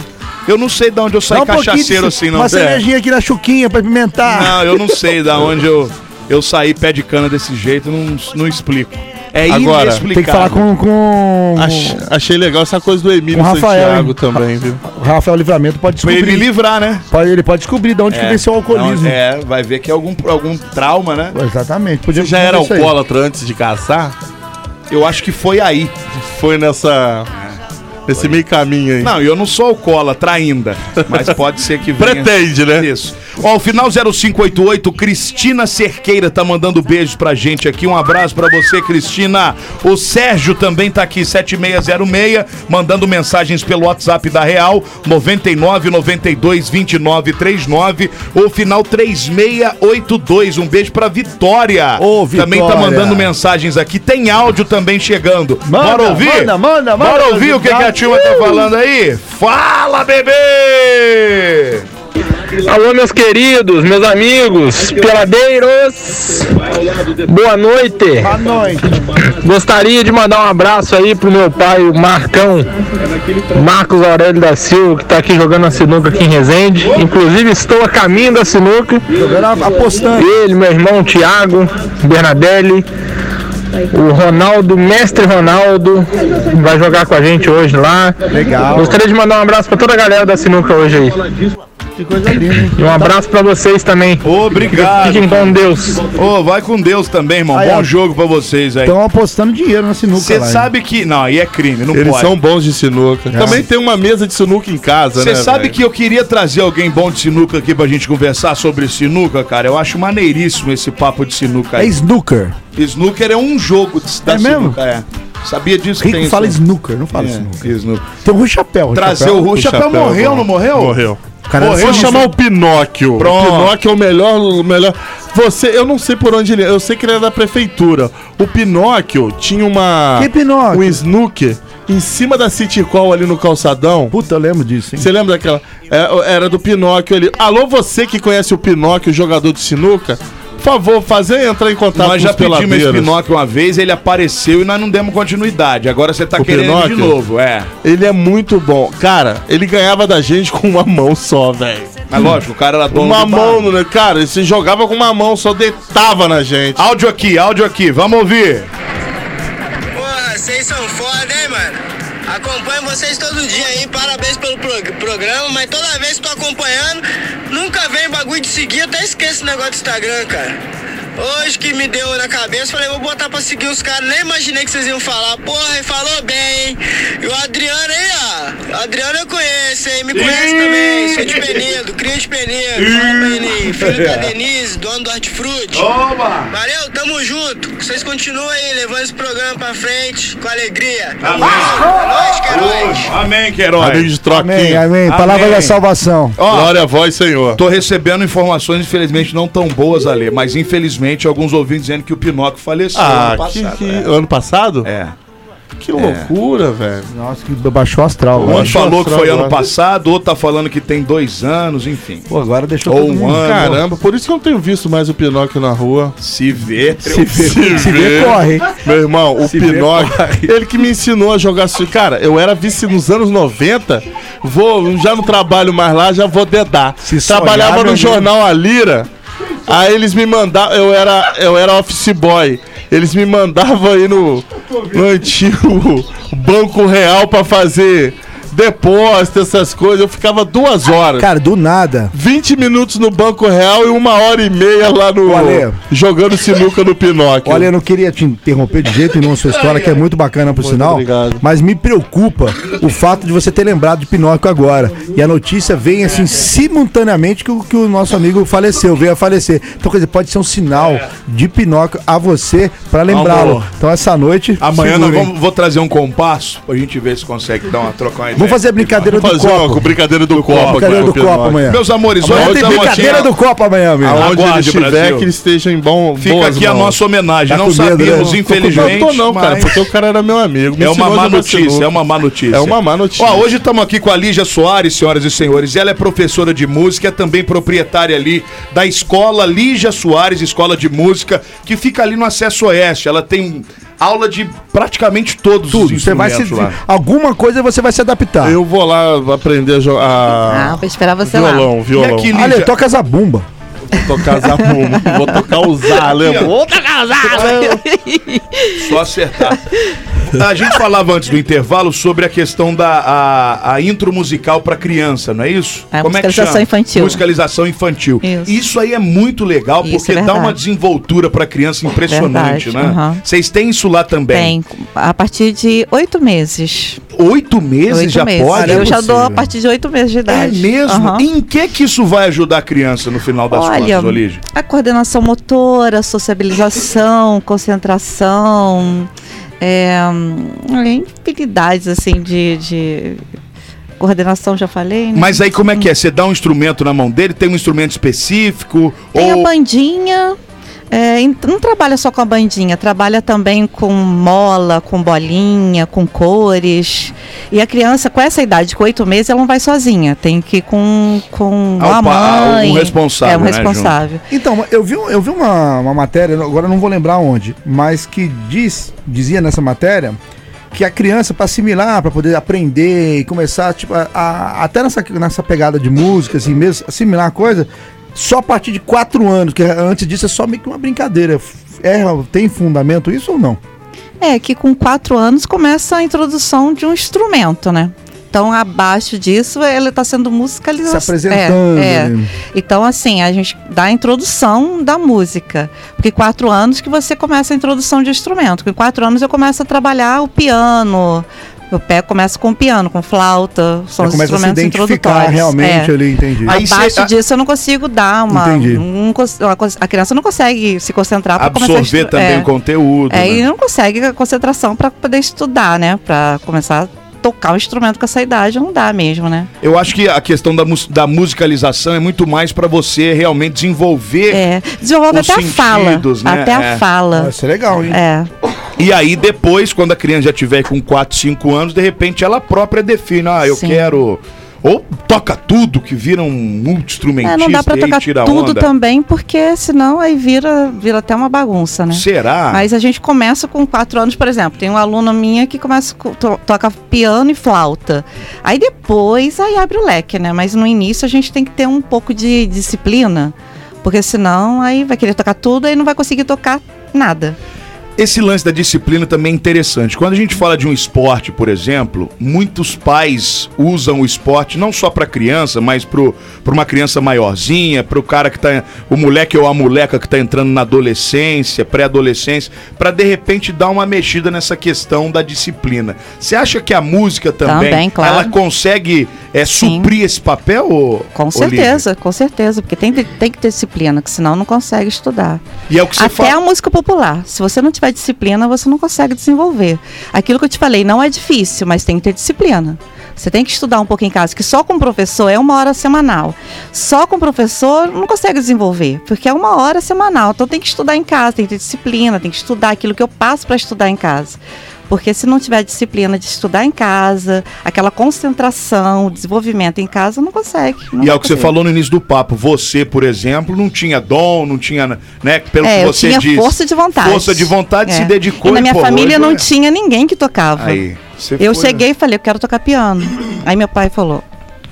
Speaker 2: Eu não sei de onde eu saí
Speaker 4: Dá um pouquinho
Speaker 2: cachaceiro
Speaker 4: de-
Speaker 2: assim, não.
Speaker 4: Uma
Speaker 2: É.
Speaker 4: cervejinha aqui na chuquinha pra pimentar.
Speaker 2: Não, eu não sei da onde eu, eu saí pé de cana desse jeito, não, não explico. É
Speaker 3: Agora,
Speaker 2: inexplicável.
Speaker 4: Tem que falar com, com
Speaker 3: Ach- achei legal essa coisa do Emílio
Speaker 4: Com o Rafael,
Speaker 3: Santiago
Speaker 4: hein?
Speaker 3: também, viu?
Speaker 4: o Rafael Livramento, pode
Speaker 2: Pra ele me
Speaker 4: descobrir.
Speaker 2: livrar, né?
Speaker 4: Pode- ele pode descobrir de onde que
Speaker 2: É,
Speaker 4: vem seu alcoolismo.
Speaker 2: não, é, vai ver que é algum, algum trauma, né?
Speaker 4: Exatamente. Podia
Speaker 3: Você já era
Speaker 4: isso aí.
Speaker 3: alcoólatra antes de casar?
Speaker 2: Eu acho que foi aí.
Speaker 3: Foi nessa. Nesse meio caminho aí.
Speaker 2: Não, eu não sou alcoólatra ainda, mas pode ser que venha.
Speaker 3: Pretende, né?
Speaker 2: Isso. Ó, o final 0588, Cristina Cerqueira tá mandando beijo pra gente aqui. Um abraço pra você, Cristina. O Sérgio também tá aqui, 7606, mandando mensagens pelo WhatsApp da Real, 99922939. O final 3682, um beijo pra Vitória.
Speaker 4: Ô,
Speaker 2: Também tá
Speaker 4: Vitória.
Speaker 2: mandando mensagens aqui. Tem áudio também chegando.
Speaker 4: Manda,
Speaker 2: Bora ouvir?
Speaker 4: manda, manda, manda,
Speaker 2: Bora ouvir o que, que a Tilma tá falando aí? Fala, bebê!
Speaker 6: Alô, meus queridos, meus amigos, peladeiros, boa noite.
Speaker 4: À noite.
Speaker 6: Gostaria de mandar um abraço aí pro meu pai, o Marcão, Marcos Aurélio da Silva, que tá aqui jogando a sinuca aqui em Resende. Inclusive, estou a caminho da sinuca.
Speaker 4: Era apostando.
Speaker 6: Ele, meu irmão Tiago, Bernadelli, o Ronaldo, mestre Ronaldo, vai jogar com a gente hoje lá.
Speaker 4: Legal.
Speaker 6: Gostaria de mandar um abraço pra toda a galera da sinuca hoje aí.
Speaker 4: Que coisa linda, hein?
Speaker 6: E um abraço pra vocês também.
Speaker 2: Obrigado.
Speaker 6: Fiquem com Deus.
Speaker 2: Ô, vai com Deus também, irmão.
Speaker 4: Aí,
Speaker 2: Bom
Speaker 4: ó. Então,
Speaker 2: jogo pra vocês aí.
Speaker 4: Estão apostando dinheiro na sinuca
Speaker 2: Você
Speaker 4: lá, hein?
Speaker 2: sabe que. Não, aí é crime, não
Speaker 3: Eles
Speaker 2: pode.
Speaker 3: são bons de sinuca. Também tem uma mesa de sinuca em casa,
Speaker 2: Você
Speaker 3: né?
Speaker 2: sabe
Speaker 3: velho?
Speaker 2: que eu queria trazer alguém bom de sinuca aqui pra gente conversar sobre sinuca, cara? Eu acho maneiríssimo esse papo de sinuca
Speaker 4: É
Speaker 2: aí.
Speaker 4: snooker.
Speaker 2: Snooker é um jogo de, da
Speaker 4: É mesmo?
Speaker 2: sinuca, é. Sabia disso que
Speaker 4: Rico
Speaker 2: tem
Speaker 4: fala
Speaker 2: isso?
Speaker 4: snooker, não fala
Speaker 2: É,
Speaker 4: snooker.
Speaker 2: snooker.
Speaker 4: Tem o Rui Chapéu. Rui
Speaker 2: Trazer
Speaker 4: Chapéu.
Speaker 2: o Rui Chapéu
Speaker 3: Chapéu,
Speaker 2: morreu,
Speaker 3: bom.
Speaker 2: não morreu?
Speaker 3: Morreu.
Speaker 4: Cara,
Speaker 2: Morreu,
Speaker 3: Vou
Speaker 2: não
Speaker 3: chamar o Pinóquio.
Speaker 2: Pronto.
Speaker 3: O Pinóquio é o melhor, o melhor. Você, eu não sei por onde ele é. Eu sei que ele é da prefeitura. O Pinóquio tinha uma.
Speaker 4: Que Pinóquio?
Speaker 3: Um snooker em cima da City Call ali no calçadão.
Speaker 4: Puta, eu lembro disso, hein?
Speaker 3: Você lembra daquela? É, Era do Pinóquio ali. Alô, você que conhece o Pinóquio, jogador de sinuca? Por favor, fazer entrar em contato
Speaker 2: Nós já
Speaker 3: Tá com os
Speaker 2: pedimos esse
Speaker 3: peladeiros.
Speaker 2: Pinóquio uma vez, ele apareceu e nós não demos continuidade. Agora você tá
Speaker 3: O
Speaker 2: querendo
Speaker 3: Pinóquio?
Speaker 2: de novo, é.
Speaker 3: Ele é muito bom. Cara, ele ganhava da gente com uma mão só, velho.
Speaker 2: Mas lógico, o cara era dono
Speaker 3: Uma
Speaker 2: do bar.
Speaker 3: mão, né? Cara, ele se jogava com uma mão, só deitava na gente.
Speaker 2: Áudio aqui, áudio aqui, vamos ouvir.
Speaker 8: Porra, vocês são foda, hein, mano? Acompanho vocês todo dia aí, parabéns pelo prog- programa, mas toda vez que tô acompanhando, nunca vem bagulho de seguir, eu até esqueço esse negócio do Instagram, cara. Hoje que me deu na cabeça, falei, vou botar pra seguir os caras, nem imaginei que vocês iam falar. Porra, e falou bem, hein? E o Adriano aí, ó. O Adriano eu conheço, hein? Me conhece também. Sou de Penedo, cria de Penedo. Fala, Peninho. Filho da Denise, dono do Hortifruti. Valeu, tamo junto. Vocês continuam aí, levando esse programa pra frente com alegria. Tamo junto. É nóis, que é nóis.
Speaker 2: Amém,
Speaker 3: Amigo
Speaker 2: Queiroz.
Speaker 3: de troquinha.
Speaker 4: Amém, amém. Palavra
Speaker 2: Amém.
Speaker 4: da salvação.
Speaker 2: Ó,
Speaker 3: Glória a vós, Senhor.
Speaker 2: tô recebendo informações, infelizmente, não tão boas ali, mas infelizmente alguns ouvintes dizendo que o Pinóquio faleceu
Speaker 3: Ah,
Speaker 2: ano
Speaker 3: que,
Speaker 2: passado.
Speaker 3: que- ano passado?
Speaker 2: É. É.
Speaker 3: Que loucura, velho.
Speaker 9: Nossa, que baixou o astral.
Speaker 2: Um
Speaker 9: agora.
Speaker 2: falou que foi ano
Speaker 3: agora.
Speaker 2: passado, outro tá falando que tem dois anos, enfim.
Speaker 9: Pô, agora deixou
Speaker 2: Ou
Speaker 9: todo
Speaker 2: um
Speaker 9: mundo-
Speaker 4: Tá
Speaker 2: ano.
Speaker 3: Caramba, por isso que eu não tenho visto mais o Pinóquio na rua.
Speaker 2: Se vê.
Speaker 9: Se vê, se vê, corre.
Speaker 3: Meu irmão, o
Speaker 2: Se
Speaker 3: Pinóquio, ele que me ensinou a jogar su- Cara, eu era vice nos anos 90, vou, já não trabalho mais lá, já vou dedar.
Speaker 9: sonhar,
Speaker 3: Trabalhava
Speaker 9: meu
Speaker 3: no
Speaker 9: amigo.
Speaker 3: jornal A Lira, aí eles me mandavam, eu era, eu era office boy, eles me mandavam aí no, no antigo Banco Real pra fazer depósito, essas coisas, eu ficava duas horas.
Speaker 4: Cara, do nada.
Speaker 3: 20 minutos no Banco Real e uma hora e meia lá no.
Speaker 4: Ô, Ale. é
Speaker 3: jogando sinuca no Pinóquio.
Speaker 4: Olha, eu não queria te interromper de jeito nenhum a sua história, que é muito bacana, por sinal.
Speaker 3: obrigado.
Speaker 4: Mas me preocupa o fato de você ter lembrado de Pinóquio agora. E a notícia vem, assim, simultaneamente que o, que o nosso amigo faleceu, veio a falecer. Então, quer dizer, pode ser um sinal de Pinóquio a você pra lembrá-lo.
Speaker 2: Amor.
Speaker 4: Então, essa noite.
Speaker 2: Amanhã nós
Speaker 4: segura, hein?
Speaker 2: vamos, vou trazer um compasso pra gente ver se consegue dar uma trocar uma ideia.
Speaker 4: Vamos fazer a brincadeira do
Speaker 3: fazer uma
Speaker 4: copo.
Speaker 3: brincadeira do, copo,
Speaker 4: Brincadeira
Speaker 3: aqui com
Speaker 4: do
Speaker 3: o Pinóquio.
Speaker 4: copo amanhã.
Speaker 2: Meus amores,
Speaker 4: É. Amanhã
Speaker 2: olha
Speaker 4: tem brincadeira do copo amanhã, amigo.
Speaker 3: Aonde ele
Speaker 2: Aguarde,
Speaker 3: estiver,
Speaker 2: é Brasil.
Speaker 3: que ele esteja em bom
Speaker 2: Fica
Speaker 3: boas
Speaker 2: aqui a
Speaker 3: mãos.
Speaker 2: nossa homenagem.
Speaker 4: Tá
Speaker 2: não
Speaker 4: com medo, né?
Speaker 2: sabemos,
Speaker 4: Tô com medo.
Speaker 2: infelizmente.
Speaker 3: Não tô não, cara,
Speaker 2: mas
Speaker 3: porque o cara era meu amigo. me
Speaker 2: É uma
Speaker 3: ensinou a
Speaker 2: má
Speaker 3: jogar
Speaker 2: notícia,
Speaker 3: sinuca.
Speaker 2: é uma má notícia.
Speaker 3: É uma má notícia.
Speaker 2: Ó, hoje estamos aqui com a Lígia Soares, senhoras e senhores. Ela é professora de música, é também proprietária ali da escola Lígia Soares, escola de música, que fica ali no acesso oeste. Ela tem aula de praticamente todos os
Speaker 4: Tudo. Você vai
Speaker 2: instrumentos
Speaker 4: se.
Speaker 2: lá.
Speaker 4: Alguma coisa você vai se adaptar.
Speaker 3: Eu vou lá aprender a
Speaker 5: Ah,
Speaker 3: jogar.
Speaker 5: vou esperar você lá.
Speaker 3: violão, violão.
Speaker 2: E aqui,
Speaker 4: Ale,
Speaker 2: Lígia?
Speaker 4: toca zabumba.
Speaker 3: Vou tocar zabumba, vou tocar o zalembo.
Speaker 2: Só acertar. A gente falava antes do intervalo sobre a questão da a, a intro musical para criança, não é isso?
Speaker 5: É, musicalização infantil.
Speaker 2: Musicalização infantil. Isso.
Speaker 5: Isso.
Speaker 2: aí é muito legal
Speaker 5: Isso,
Speaker 2: porque
Speaker 5: é
Speaker 2: dá
Speaker 5: verdade.
Speaker 2: uma desenvoltura para criança impressionante,
Speaker 5: Verdade,
Speaker 2: né?
Speaker 5: aham.
Speaker 2: Vocês têm isso lá também?
Speaker 5: Tem, a partir de oito meses.
Speaker 2: Oito meses
Speaker 5: Oito
Speaker 2: já
Speaker 5: meses.
Speaker 2: pode?
Speaker 5: Eu já
Speaker 4: possível.
Speaker 5: dou a partir de oito meses de
Speaker 2: É
Speaker 5: idade.
Speaker 2: mesmo?
Speaker 5: Aham.
Speaker 2: Em que que isso vai ajudar a criança no final das
Speaker 5: Olha,
Speaker 2: contas, Olígia?
Speaker 5: a coordenação motora, sociabilização, concentração, é, hum, infinidades assim de, de coordenação, já falei. Né?
Speaker 2: Mas aí como é que é? Você dá um instrumento na mão dele? Tem um instrumento específico?
Speaker 5: Tem
Speaker 2: ou...
Speaker 5: a bandinha. é, em- não trabalha só com a bandinha, trabalha também com mola, com bolinha, com cores. E a criança, com essa idade, com oito meses, ela não vai sozinha. Tem que ir com, com
Speaker 2: Ah,
Speaker 5: a
Speaker 2: o pa-
Speaker 5: mãe.
Speaker 2: um responsável,
Speaker 5: É, um
Speaker 2: né,
Speaker 5: responsável.
Speaker 4: Então, eu vi, eu vi uma, uma matéria, agora eu não vou lembrar onde, mas que diz, dizia nessa matéria que a criança, para assimilar, para poder aprender e começar, tipo, a- a- até nessa, nessa pegada de música, assim mesmo, assimilar a coisa, só a partir de quatro anos, que antes disso é só meio que uma brincadeira. É, tem fundamento isso ou não?
Speaker 5: É, que com quatro anos começa a introdução de um instrumento, né? Então, abaixo disso, ele está sendo
Speaker 4: Se
Speaker 5: musicalizado.
Speaker 4: apresentando.
Speaker 5: É, é.
Speaker 4: né?
Speaker 5: Então, assim, a gente dá a introdução da música. Porque quatro anos que você começa a introdução de instrumento. Com quatro anos eu começo a trabalhar o piano. Eu pego, começo com o piano, com flauta. São
Speaker 4: Já
Speaker 5: os
Speaker 4: né? começa a se
Speaker 5: instrumentos
Speaker 4: identificar
Speaker 5: introdutórios.
Speaker 4: realmente
Speaker 5: É.
Speaker 4: ali, entendi.
Speaker 2: Aí cê-
Speaker 5: Abaixo
Speaker 2: a-
Speaker 5: disso eu não consigo dar uma.
Speaker 4: Entendi.
Speaker 5: não cons- a cons- a criança não consegue se concentrar pra começar a
Speaker 2: absorver
Speaker 5: estru-
Speaker 2: também
Speaker 5: é.
Speaker 2: o conteúdo.
Speaker 5: É,
Speaker 2: né?
Speaker 5: e não consegue a concentração para poder estudar, né? Para começar a tocar o instrumento com essa idade, não dá mesmo, né?
Speaker 2: Eu acho que a questão da, mus- da musicalização é muito mais pra você realmente desenvolver
Speaker 5: É, desenvolve
Speaker 2: Os
Speaker 5: até
Speaker 2: sentidos,
Speaker 5: a fala,
Speaker 2: né?
Speaker 5: até
Speaker 2: É.
Speaker 5: a fala.
Speaker 4: Isso é legal, hein?
Speaker 5: É,
Speaker 2: e aí depois, quando a criança já tiver com 4, 5 anos, de repente ela própria define, ah, eu
Speaker 5: Sim.
Speaker 2: quero ou toca tudo que vira um multi-instrumentista
Speaker 5: É, não dá pra
Speaker 2: e
Speaker 5: tocar
Speaker 2: tira
Speaker 5: tudo
Speaker 2: onda.
Speaker 5: também, porque senão aí vira, vira até uma bagunça, né?
Speaker 2: Será?
Speaker 5: Mas a gente começa com quatro anos, por exemplo. Tem uma aluna minha que começa co- to- toca piano e flauta. Aí depois aí abre o leque, né? Mas no início a gente tem que ter um pouco de disciplina, porque senão aí vai querer tocar tudo e não vai conseguir tocar nada.
Speaker 2: Esse lance da disciplina também é interessante. Quando a gente fala de um esporte, por exemplo, muitos pais usam o esporte não só pra criança, mas pro para uma criança maiorzinha, pro cara que tá o moleque ou a moleca que tá entrando na adolescência, pré-adolescência, pra de repente dar uma mexida nessa questão da disciplina. Você acha que a música também,
Speaker 5: Também, claro.
Speaker 2: ela consegue é,
Speaker 5: Sim.
Speaker 2: suprir esse papel? Ou,
Speaker 5: Com certeza, com certeza, porque tem, tem que ter disciplina, que senão não consegue estudar.
Speaker 2: E é o que você
Speaker 5: Até
Speaker 2: fala.
Speaker 5: a música popular. Se você não tiver disciplina, você não consegue desenvolver. Aquilo que eu te falei, não é difícil, mas tem que ter disciplina. Você tem que estudar um pouco em casa, que só com o professor é uma hora semanal. Só com o professor não consegue desenvolver, porque é uma hora semanal. Então tem que estudar em casa, tem que ter disciplina, tem que estudar aquilo que eu passo para estudar em casa. Porque se não tiver disciplina de estudar em casa, aquela concentração, desenvolvimento em casa, não consegue. não
Speaker 2: E é
Speaker 5: vai
Speaker 2: o que você
Speaker 5: conseguir.
Speaker 2: falou no início do papo. Você, por exemplo, não tinha dom, não tinha, né? Pelo
Speaker 5: É,
Speaker 2: que
Speaker 5: eu
Speaker 2: você
Speaker 5: tinha
Speaker 2: disse.
Speaker 5: força de vontade.
Speaker 2: Força de vontade,
Speaker 5: É.
Speaker 2: se dedicou.
Speaker 5: E na minha
Speaker 2: pô,
Speaker 5: família
Speaker 2: hoje
Speaker 5: não
Speaker 2: é-
Speaker 5: tinha ninguém que tocava.
Speaker 2: Aí, você
Speaker 5: eu
Speaker 2: foi- né?
Speaker 5: cheguei e falei, eu quero tocar piano. Aí meu pai falou,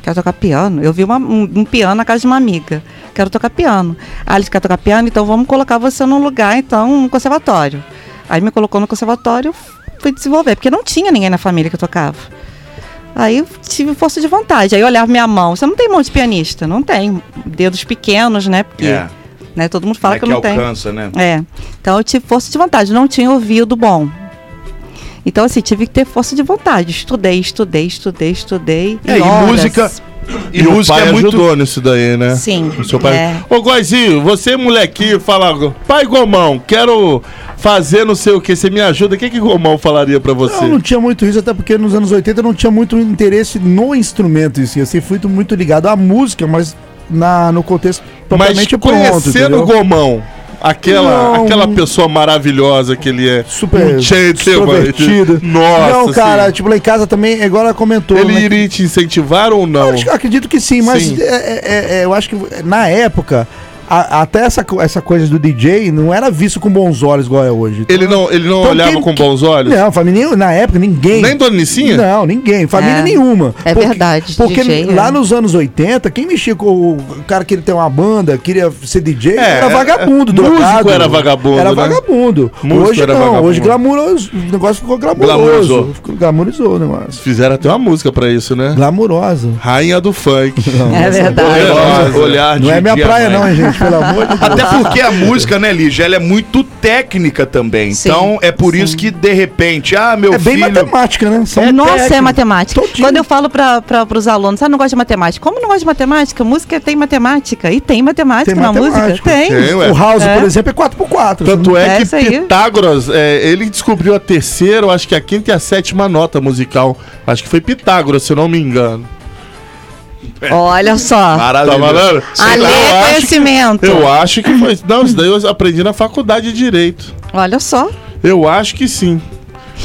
Speaker 5: quero tocar piano? Eu vi uma- um, um piano na casa de uma amiga. Quero tocar piano. Ah, eles querem tocar piano, então vamos colocar você num lugar, então, no conservatório. Aí me colocou no conservatório, eu fui desenvolver, porque não tinha ninguém na família que tocava. Aí eu tive força de vontade. Aí eu olhava minha mão. Você não tem mão de pianista? Não tem. Dedos pequenos, né? Porque
Speaker 2: É.
Speaker 5: né, todo mundo fala
Speaker 2: é
Speaker 5: que eu não tenho.
Speaker 2: alcança, né?
Speaker 5: É. Então eu tive força de vontade, não tinha ouvido bom. Então, assim, tive que ter força de vontade. Estudei, estudei, estudei, estudei.
Speaker 2: É, e
Speaker 5: horas.
Speaker 2: música- E,
Speaker 3: E o
Speaker 2: música
Speaker 3: pai
Speaker 2: é muito.
Speaker 3: ajudou nisso daí, né?
Speaker 5: Sim.
Speaker 3: O seu pai.
Speaker 5: é.
Speaker 3: Ô, Goizinho, você molequinho fala, pai Gomão, quero fazer não sei o que, você me ajuda. O que que Gomão falaria pra você?
Speaker 4: Eu não tinha muito isso, até porque nos anos 80 eu não tinha muito interesse no instrumento em si. Eu sempre fui muito ligado à música, mas na, no contexto
Speaker 3: Mas
Speaker 4: propriamente pronto,
Speaker 3: conhecendo o
Speaker 4: entendeu?
Speaker 3: Gomão, aquela,
Speaker 4: Não.
Speaker 3: aquela pessoa maravilhosa que ele é.
Speaker 4: Super
Speaker 3: um gentleman.
Speaker 4: extrovertido.
Speaker 3: Nossa,
Speaker 4: Não, cara,
Speaker 3: assim,
Speaker 4: tipo, lá em casa também, é igual ela comentou.
Speaker 3: ele
Speaker 4: né, que-
Speaker 3: iria te incentivar ou não?
Speaker 4: Eu acho- acredito que sim, mas
Speaker 3: Sim.
Speaker 4: é- é- é- eu acho que na época, a- até essa, co- essa coisa do DJ não era visto com bons olhos igual é hoje.
Speaker 3: Ele não, ele não
Speaker 4: Então,
Speaker 3: olhava
Speaker 4: quem- é?
Speaker 3: com bons olhos?
Speaker 4: Não, família, nem- na época, ninguém.
Speaker 3: Nem Dona Nicinha?
Speaker 4: Não, ninguém. Família
Speaker 5: É.
Speaker 4: nenhuma.
Speaker 5: É verdade,
Speaker 4: Porque
Speaker 5: DJ,
Speaker 4: lá
Speaker 5: é.
Speaker 4: nos anos 80, quem mexia com o cara que ele tem uma banda, queria ser DJ,
Speaker 3: É,
Speaker 4: era vagabundo,
Speaker 3: é,
Speaker 4: drogado.
Speaker 3: músico era vagabundo,
Speaker 4: Era
Speaker 3: né?
Speaker 4: vagabundo.
Speaker 3: Músico
Speaker 4: hoje
Speaker 3: era
Speaker 4: não,
Speaker 3: vagabundo.
Speaker 4: hoje glamuroso. O negócio ficou glamuroso.
Speaker 3: Glamurizou.
Speaker 4: Ficou- Glamurizou o negócio.
Speaker 3: Fizeram até uma música pra isso, né?
Speaker 4: Glamurosa.
Speaker 3: Rainha do funk. Tá
Speaker 5: É verdade.
Speaker 3: Olhar- Olhar
Speaker 4: Não
Speaker 3: de
Speaker 4: é minha praia,
Speaker 3: diamante.
Speaker 4: não, hein, gente? Pelo amor de Deus.
Speaker 2: Até porque a música, né, Lígia, ela é muito técnica também.
Speaker 5: Sim,
Speaker 2: então é por isso
Speaker 5: sim.
Speaker 2: que, de repente, ah, meu
Speaker 4: É bem
Speaker 2: filho.
Speaker 4: matemática, né? São
Speaker 5: Nossa,
Speaker 4: técnicas.
Speaker 5: é matemática.
Speaker 4: Todinho.
Speaker 5: Quando eu falo para os alunos, ah, não gosto de matemática. Como não gosto de matemática? Música tem matemática. E tem matemática
Speaker 4: Tem
Speaker 5: na
Speaker 4: matemática.
Speaker 5: música? Tem.
Speaker 3: Tem, ué.
Speaker 4: O House,
Speaker 5: É.
Speaker 4: por exemplo, é 4x4.
Speaker 3: Tanto é,
Speaker 5: É
Speaker 3: que
Speaker 5: isso aí.
Speaker 3: Pitágoras, é, ele descobriu a terceira, eu acho que a quinta e a sétima nota musical. Acho que foi Pitágoras, se eu não me engano.
Speaker 5: Olha só.
Speaker 2: Maravilha.
Speaker 3: falando? Sei
Speaker 5: Ali
Speaker 3: lá, eu
Speaker 5: é
Speaker 3: acho
Speaker 5: conhecimento.
Speaker 3: que- Eu
Speaker 2: Tá.
Speaker 3: acho que foi. Não, isso daí eu aprendi na faculdade de Direito.
Speaker 5: Olha só.
Speaker 3: Eu acho que sim.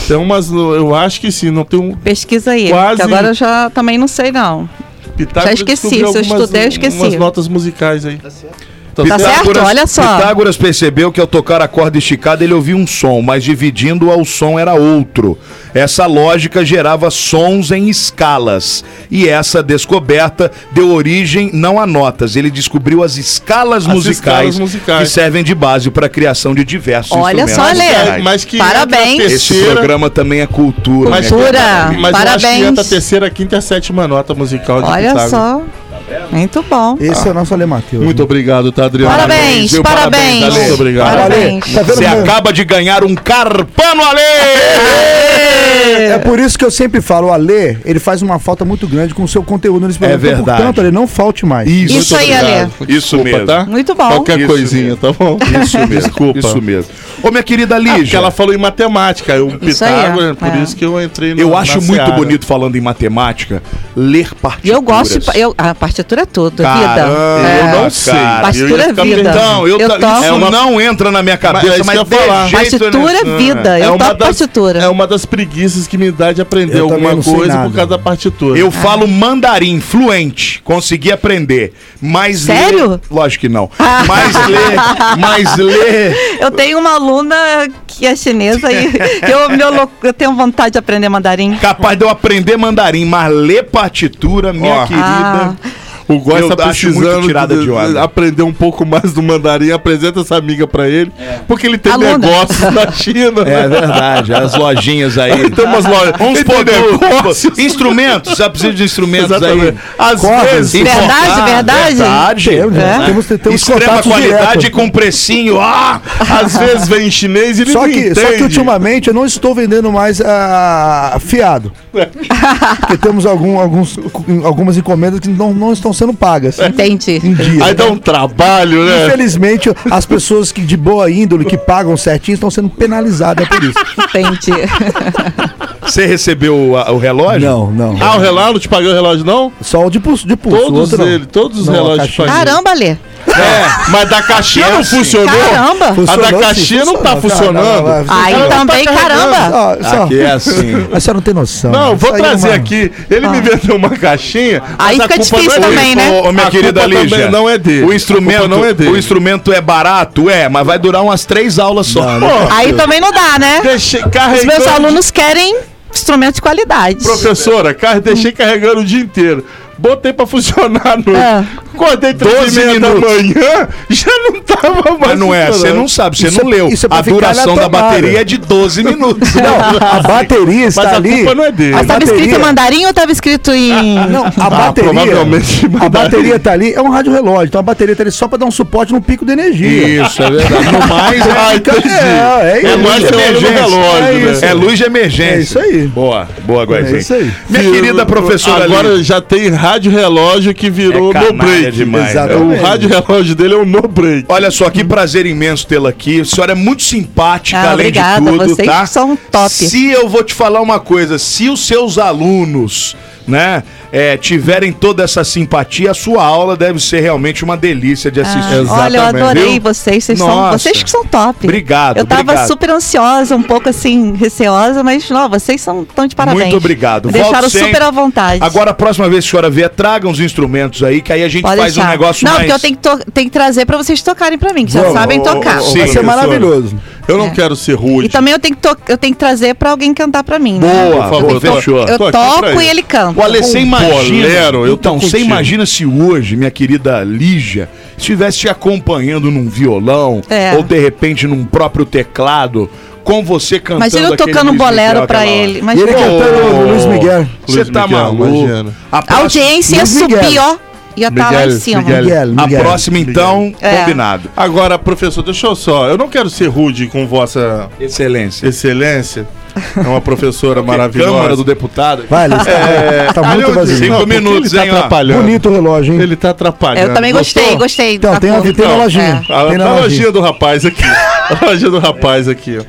Speaker 3: Tem umas. no- Eu acho que sim. Não tem um.
Speaker 5: Pesquisa aí.
Speaker 3: Quase-
Speaker 5: Que agora eu já também não sei, não. Já
Speaker 3: Pitágoras
Speaker 5: esqueci,
Speaker 3: descobriu
Speaker 5: se eu estudei, eu esqueci.
Speaker 3: Umas notas musicais aí. Tá certo.
Speaker 5: Tá certo? Olha só.
Speaker 2: Pitágoras percebeu que ao tocar a corda esticada ele ouvia um som, mas dividindo ao som era outro. Essa lógica gerava sons em escalas. E essa descoberta deu origem não a notas, ele descobriu as escalas,
Speaker 3: As
Speaker 2: musicais,
Speaker 3: escalas musicais.
Speaker 2: que servem de base para a criação de diversos
Speaker 5: Olha
Speaker 2: instrumentos.
Speaker 5: só, Lê.
Speaker 2: musicais.
Speaker 3: É, mas que
Speaker 5: Parabéns.
Speaker 3: entra a
Speaker 2: Esse
Speaker 3: terceira-
Speaker 2: programa também é cultura.
Speaker 3: Mas,
Speaker 2: né,
Speaker 5: Cultura.
Speaker 2: cara?
Speaker 3: mas eu acho que
Speaker 5: Parabéns.
Speaker 3: entra a terceira, a quinta e a sétima nota musical de
Speaker 5: Olha
Speaker 3: Pitágoras.
Speaker 5: só. Muito bom.
Speaker 3: ah.
Speaker 4: Esse é o nosso Ale Matheus.
Speaker 3: Muito obrigado, tá, Adriano?
Speaker 5: Parabéns,
Speaker 3: Viu?
Speaker 5: parabéns.
Speaker 3: Ale. Muito obrigado.
Speaker 5: Parabéns.
Speaker 4: Tá vendo,
Speaker 2: Você
Speaker 4: mano?
Speaker 2: acaba de ganhar um carpano, Ale!
Speaker 4: É por isso que eu sempre falo, o Ale, ele faz uma falta muito grande com o seu conteúdo nesse programa.
Speaker 2: É verdade.
Speaker 4: portanto, ele não falte mais.
Speaker 5: Isso aí, Ale.
Speaker 2: Isso mesmo.
Speaker 3: tá?
Speaker 5: Muito bom.
Speaker 3: Qualquer
Speaker 2: Isso
Speaker 3: coisinha, tá bom?
Speaker 2: Isso mesmo.
Speaker 3: Desculpa.
Speaker 2: Isso mesmo. Ô, minha querida
Speaker 3: Ah,
Speaker 2: Lígia.
Speaker 3: porque ela falou em matemática, eu
Speaker 5: Isso aí,
Speaker 3: Pitágoras,
Speaker 5: é.
Speaker 3: por
Speaker 5: É.
Speaker 3: isso que eu entrei no
Speaker 2: Eu acho muito bonito falando em matemática, ler
Speaker 5: E
Speaker 2: partituras.
Speaker 5: eu gosto de. pa- Eu, a partitura é tudo,
Speaker 2: Caramba,
Speaker 5: vida.
Speaker 3: Eu
Speaker 5: É.
Speaker 3: não
Speaker 2: Ah,
Speaker 3: sei.
Speaker 2: cara.
Speaker 5: Partitura
Speaker 3: Eu ia
Speaker 5: é
Speaker 3: ficar
Speaker 5: vida.
Speaker 2: Então, eu,
Speaker 5: Eu
Speaker 2: ta-
Speaker 5: topo.
Speaker 2: isso
Speaker 5: É
Speaker 3: uma-
Speaker 2: não entra na minha
Speaker 3: Mas é
Speaker 2: cabeça,
Speaker 3: isso
Speaker 2: mas,
Speaker 3: que eu ia falar.
Speaker 2: de jeito
Speaker 5: Partitura
Speaker 2: nenhum.
Speaker 5: é vida.
Speaker 3: É
Speaker 5: Eu
Speaker 3: uma
Speaker 5: toco
Speaker 3: da-
Speaker 5: partitura.
Speaker 3: É uma das preguiças que me dá de aprender
Speaker 4: Eu também
Speaker 3: alguma
Speaker 4: não sei
Speaker 3: coisa
Speaker 4: nada.
Speaker 3: por causa da partitura.
Speaker 2: Eu falo mandarim fluente, consegui aprender, mas
Speaker 5: Sério? Ah.
Speaker 2: ler- lógico que não. Mas ler, mas ler.
Speaker 5: Eu tenho uma aluna que é chinesa e eu, meu lou- eu tenho vontade de aprender mandarim.
Speaker 2: Capaz de eu aprender mandarim, mas ler partitura, minha
Speaker 3: Ó.
Speaker 5: Ah,
Speaker 2: querida.
Speaker 3: o Góis
Speaker 2: eu
Speaker 3: tá
Speaker 2: acho muito
Speaker 3: precisando
Speaker 2: tirada
Speaker 3: de-
Speaker 2: de onda.
Speaker 3: aprender um pouco mais do mandarim. Apresenta essa amiga pra ele, porque ele tem
Speaker 5: Aluna.
Speaker 3: negócios na China.
Speaker 2: É verdade, as lojinhas aí.
Speaker 3: Tem umas lojas.
Speaker 2: Uns
Speaker 3: Ele tem
Speaker 2: poderes.
Speaker 3: negócios.
Speaker 2: Instrumentos, já precisa de instrumentos
Speaker 3: Exatamente.
Speaker 2: aí.
Speaker 3: Às
Speaker 4: Cordas.
Speaker 3: vezes.
Speaker 5: Verdade, verdade.
Speaker 2: Verdade.
Speaker 4: Temos, né? Temos, temos
Speaker 2: Extrema
Speaker 4: contatos
Speaker 2: qualidade
Speaker 4: direto.
Speaker 2: com precinho. Ah!
Speaker 3: Às vezes vem em chinês e ele
Speaker 4: Só
Speaker 3: não
Speaker 4: que,
Speaker 3: entende.
Speaker 4: só que ultimamente eu não estou vendendo mais ah, fiado. Porque temos algum, alguns, algumas encomendas que não, não estão sendo pagas
Speaker 5: entendi.
Speaker 4: em dia.
Speaker 3: Aí dá um trabalho, né?
Speaker 4: Infelizmente, as pessoas que de boa índole, que pagam certinho, estão sendo penalizadas por isso.
Speaker 5: Entendi.
Speaker 2: Você recebeu a- o relógio?
Speaker 4: Não, não.
Speaker 3: Ah, o relógio? Não te paguei o relógio, não?
Speaker 4: Só o de pulso. De pulso o
Speaker 3: Todos
Speaker 4: outro não.
Speaker 3: ele, todos os
Speaker 4: Não, a
Speaker 3: relógios
Speaker 4: caixinha.
Speaker 3: pagam.
Speaker 5: Caramba, Lê.
Speaker 3: É, mas da caixinha não funcionou.
Speaker 5: Caramba!
Speaker 3: A da
Speaker 9: Funcionou,
Speaker 3: caixinha
Speaker 9: sim,
Speaker 3: não tá
Speaker 9: funcionou.
Speaker 3: funcionando.
Speaker 9: Não, não, não,
Speaker 5: Aí
Speaker 3: Ela tá
Speaker 5: também,
Speaker 3: carregando.
Speaker 5: caramba!
Speaker 4: Ó, só,
Speaker 2: Aqui é assim.
Speaker 4: a senhora não tem noção.
Speaker 3: Não, vou
Speaker 4: Isso aí é Ah.
Speaker 3: trazer
Speaker 4: uma-
Speaker 3: aqui. Ele me vendeu uma caixinha.
Speaker 5: Aí
Speaker 3: mas a
Speaker 5: fica
Speaker 3: culpa
Speaker 5: difícil
Speaker 3: não é dele.
Speaker 5: também, né?
Speaker 2: Ah, Ô, ô, minha
Speaker 3: A
Speaker 2: querida
Speaker 3: culpa
Speaker 2: Lígia,
Speaker 3: também não é dele.
Speaker 2: O
Speaker 3: A
Speaker 2: instrumento
Speaker 3: culpa não é dele.
Speaker 2: O instrumento é barato, é, mas vai durar umas três aulas só.
Speaker 4: Ah,
Speaker 3: Pô,
Speaker 5: Aí também não dá, né?
Speaker 3: deixei
Speaker 5: Os
Speaker 3: carregando.
Speaker 5: meus alunos querem instrumento de qualidade.
Speaker 3: Professora, car- deixei carregando o dia inteiro. Botei pra funcionar à noite.
Speaker 5: É.
Speaker 3: Acordei três e
Speaker 2: 12
Speaker 3: meia da
Speaker 2: minutos.
Speaker 3: manhã, já não
Speaker 4: então,
Speaker 3: tava mais
Speaker 2: Mas não é, você
Speaker 3: funcionando.
Speaker 2: não sabe, você
Speaker 4: Isso
Speaker 2: não
Speaker 4: é-
Speaker 2: leu.
Speaker 4: isso é pra
Speaker 2: a
Speaker 4: ficar na
Speaker 2: duração da
Speaker 4: tomada.
Speaker 2: bateria é de 12 minutos.
Speaker 4: Não, a bateria está
Speaker 3: Mas a
Speaker 4: ali.
Speaker 3: culpa não é dele.
Speaker 4: A
Speaker 5: Mas tava
Speaker 4: bateria- Ah,
Speaker 5: escrito em mandarim ou tava escrito em.
Speaker 4: Não, a bateria.
Speaker 3: provavelmente
Speaker 4: a
Speaker 3: mandaram.
Speaker 4: bateria tá ali, é um rádio relógio. Então a bateria tá ali só pra dar um suporte no pico de energia.
Speaker 2: Isso, é verdade. No mais,
Speaker 4: Ah,
Speaker 2: é,
Speaker 4: entendi. É, é
Speaker 3: né? É mais
Speaker 4: isso.
Speaker 3: que olho no relógio,
Speaker 2: É
Speaker 3: né?
Speaker 2: luz de emergência.
Speaker 4: É isso aí.
Speaker 2: Boa, boa, Guaizinho.
Speaker 4: É isso aí.
Speaker 2: Minha querida professora
Speaker 3: Agora
Speaker 2: Lígia.
Speaker 3: já tem rádio relógio que virou
Speaker 2: É canalha
Speaker 3: no break.
Speaker 2: demais,
Speaker 3: É,
Speaker 4: né?
Speaker 3: O rádio relógio dele é o no break.
Speaker 2: Olha só, que prazer imenso tê-la aqui. A senhora é muito simpática,
Speaker 5: Ah,
Speaker 2: além
Speaker 5: obrigada,
Speaker 2: de tudo,
Speaker 5: vocês
Speaker 2: tá?
Speaker 5: são top.
Speaker 2: Se eu vou te falar uma coisa, se os seus alunos, né, é, tiverem toda essa simpatia, a sua aula deve ser realmente uma delícia de
Speaker 5: Ah,
Speaker 2: assistir.
Speaker 5: olha, eu adorei
Speaker 2: viu?
Speaker 5: vocês, vocês, são,
Speaker 2: Nossa.
Speaker 5: vocês que são top.
Speaker 2: Obrigado,
Speaker 5: Eu tava
Speaker 2: obrigado.
Speaker 5: super ansiosa, um pouco assim, receosa, mas não, vocês são tão de parabéns.
Speaker 2: Muito obrigado.
Speaker 5: Me deixaram
Speaker 2: Volte sempre.
Speaker 5: super à vontade.
Speaker 2: Agora, a próxima vez que a senhora vier, traga uns instrumentos aí, que aí a gente
Speaker 5: Pode
Speaker 2: faz
Speaker 5: deixar.
Speaker 2: um negócio
Speaker 5: Não,
Speaker 2: mais...
Speaker 5: porque eu tenho que, to- tenho que trazer pra vocês tocarem pra mim, que já
Speaker 4: Vamos.
Speaker 5: sabem
Speaker 2: Ô,
Speaker 5: tocar.
Speaker 2: ô, ô,
Speaker 4: Vai
Speaker 2: Sim,
Speaker 4: ser
Speaker 2: professora.
Speaker 4: maravilhoso.
Speaker 3: Eu não quero ser rude.
Speaker 5: É. E também eu tenho que, to- eu tenho que trazer pra alguém cantar pra mim. né?
Speaker 2: Boa,
Speaker 3: Por favor,
Speaker 2: eu tô-
Speaker 3: fechou.
Speaker 5: Eu
Speaker 3: Tô aqui pra
Speaker 5: toco e
Speaker 3: isso.
Speaker 5: ele canta.
Speaker 2: O Ale, você
Speaker 3: Um
Speaker 2: imagina.
Speaker 3: bolero, eu tô
Speaker 2: então, você
Speaker 3: contigo.
Speaker 2: imagina se hoje, minha querida Lígia, estivesse te acompanhando num violão,
Speaker 5: É.
Speaker 2: ou de repente num próprio teclado, com você cantando.
Speaker 5: Imagina eu tocando um bolero pra ele.
Speaker 4: E
Speaker 5: Imagina.
Speaker 4: ele cantando o Luiz Miguel.
Speaker 2: Você
Speaker 3: Luiz
Speaker 2: tá
Speaker 3: Miguel,
Speaker 2: maluco.
Speaker 3: imagina.
Speaker 2: A
Speaker 5: A
Speaker 2: próxima-
Speaker 5: audiência ia
Speaker 4: Luiz Miguel.
Speaker 5: subir, ó. Ia estar lá em
Speaker 3: Miguel,
Speaker 5: cima.
Speaker 3: Miguel.
Speaker 4: Miguel,
Speaker 2: A
Speaker 4: Miguel.
Speaker 2: próxima, então,
Speaker 5: É.
Speaker 2: combinado.
Speaker 3: Agora, professor, deixa eu só. Eu não quero ser rude com vossa
Speaker 2: Excelência.
Speaker 3: excelência. É uma professora maravilhosa.
Speaker 2: Câmara do Deputado.
Speaker 4: Vai, Luiz.
Speaker 3: É,
Speaker 4: tá muito
Speaker 3: olha,
Speaker 4: vazio.
Speaker 3: Cinco
Speaker 4: Não,
Speaker 2: porque
Speaker 3: minutos,
Speaker 2: ele tá
Speaker 3: hein, ó.
Speaker 2: atrapalhando.
Speaker 4: Bonito o relógio, hein?
Speaker 3: Ele tá atrapalhando.
Speaker 5: Eu também
Speaker 3: Gostou?
Speaker 5: gostei, gostei.
Speaker 4: Então,
Speaker 5: da
Speaker 4: tem a
Speaker 5: cor.
Speaker 4: tem na
Speaker 3: Então,
Speaker 4: lojinha.
Speaker 5: tá é.
Speaker 3: A,
Speaker 4: Tem na
Speaker 3: a
Speaker 4: lojinha.
Speaker 3: lojinha do rapaz aqui. A lojinha do rapaz aqui, ó.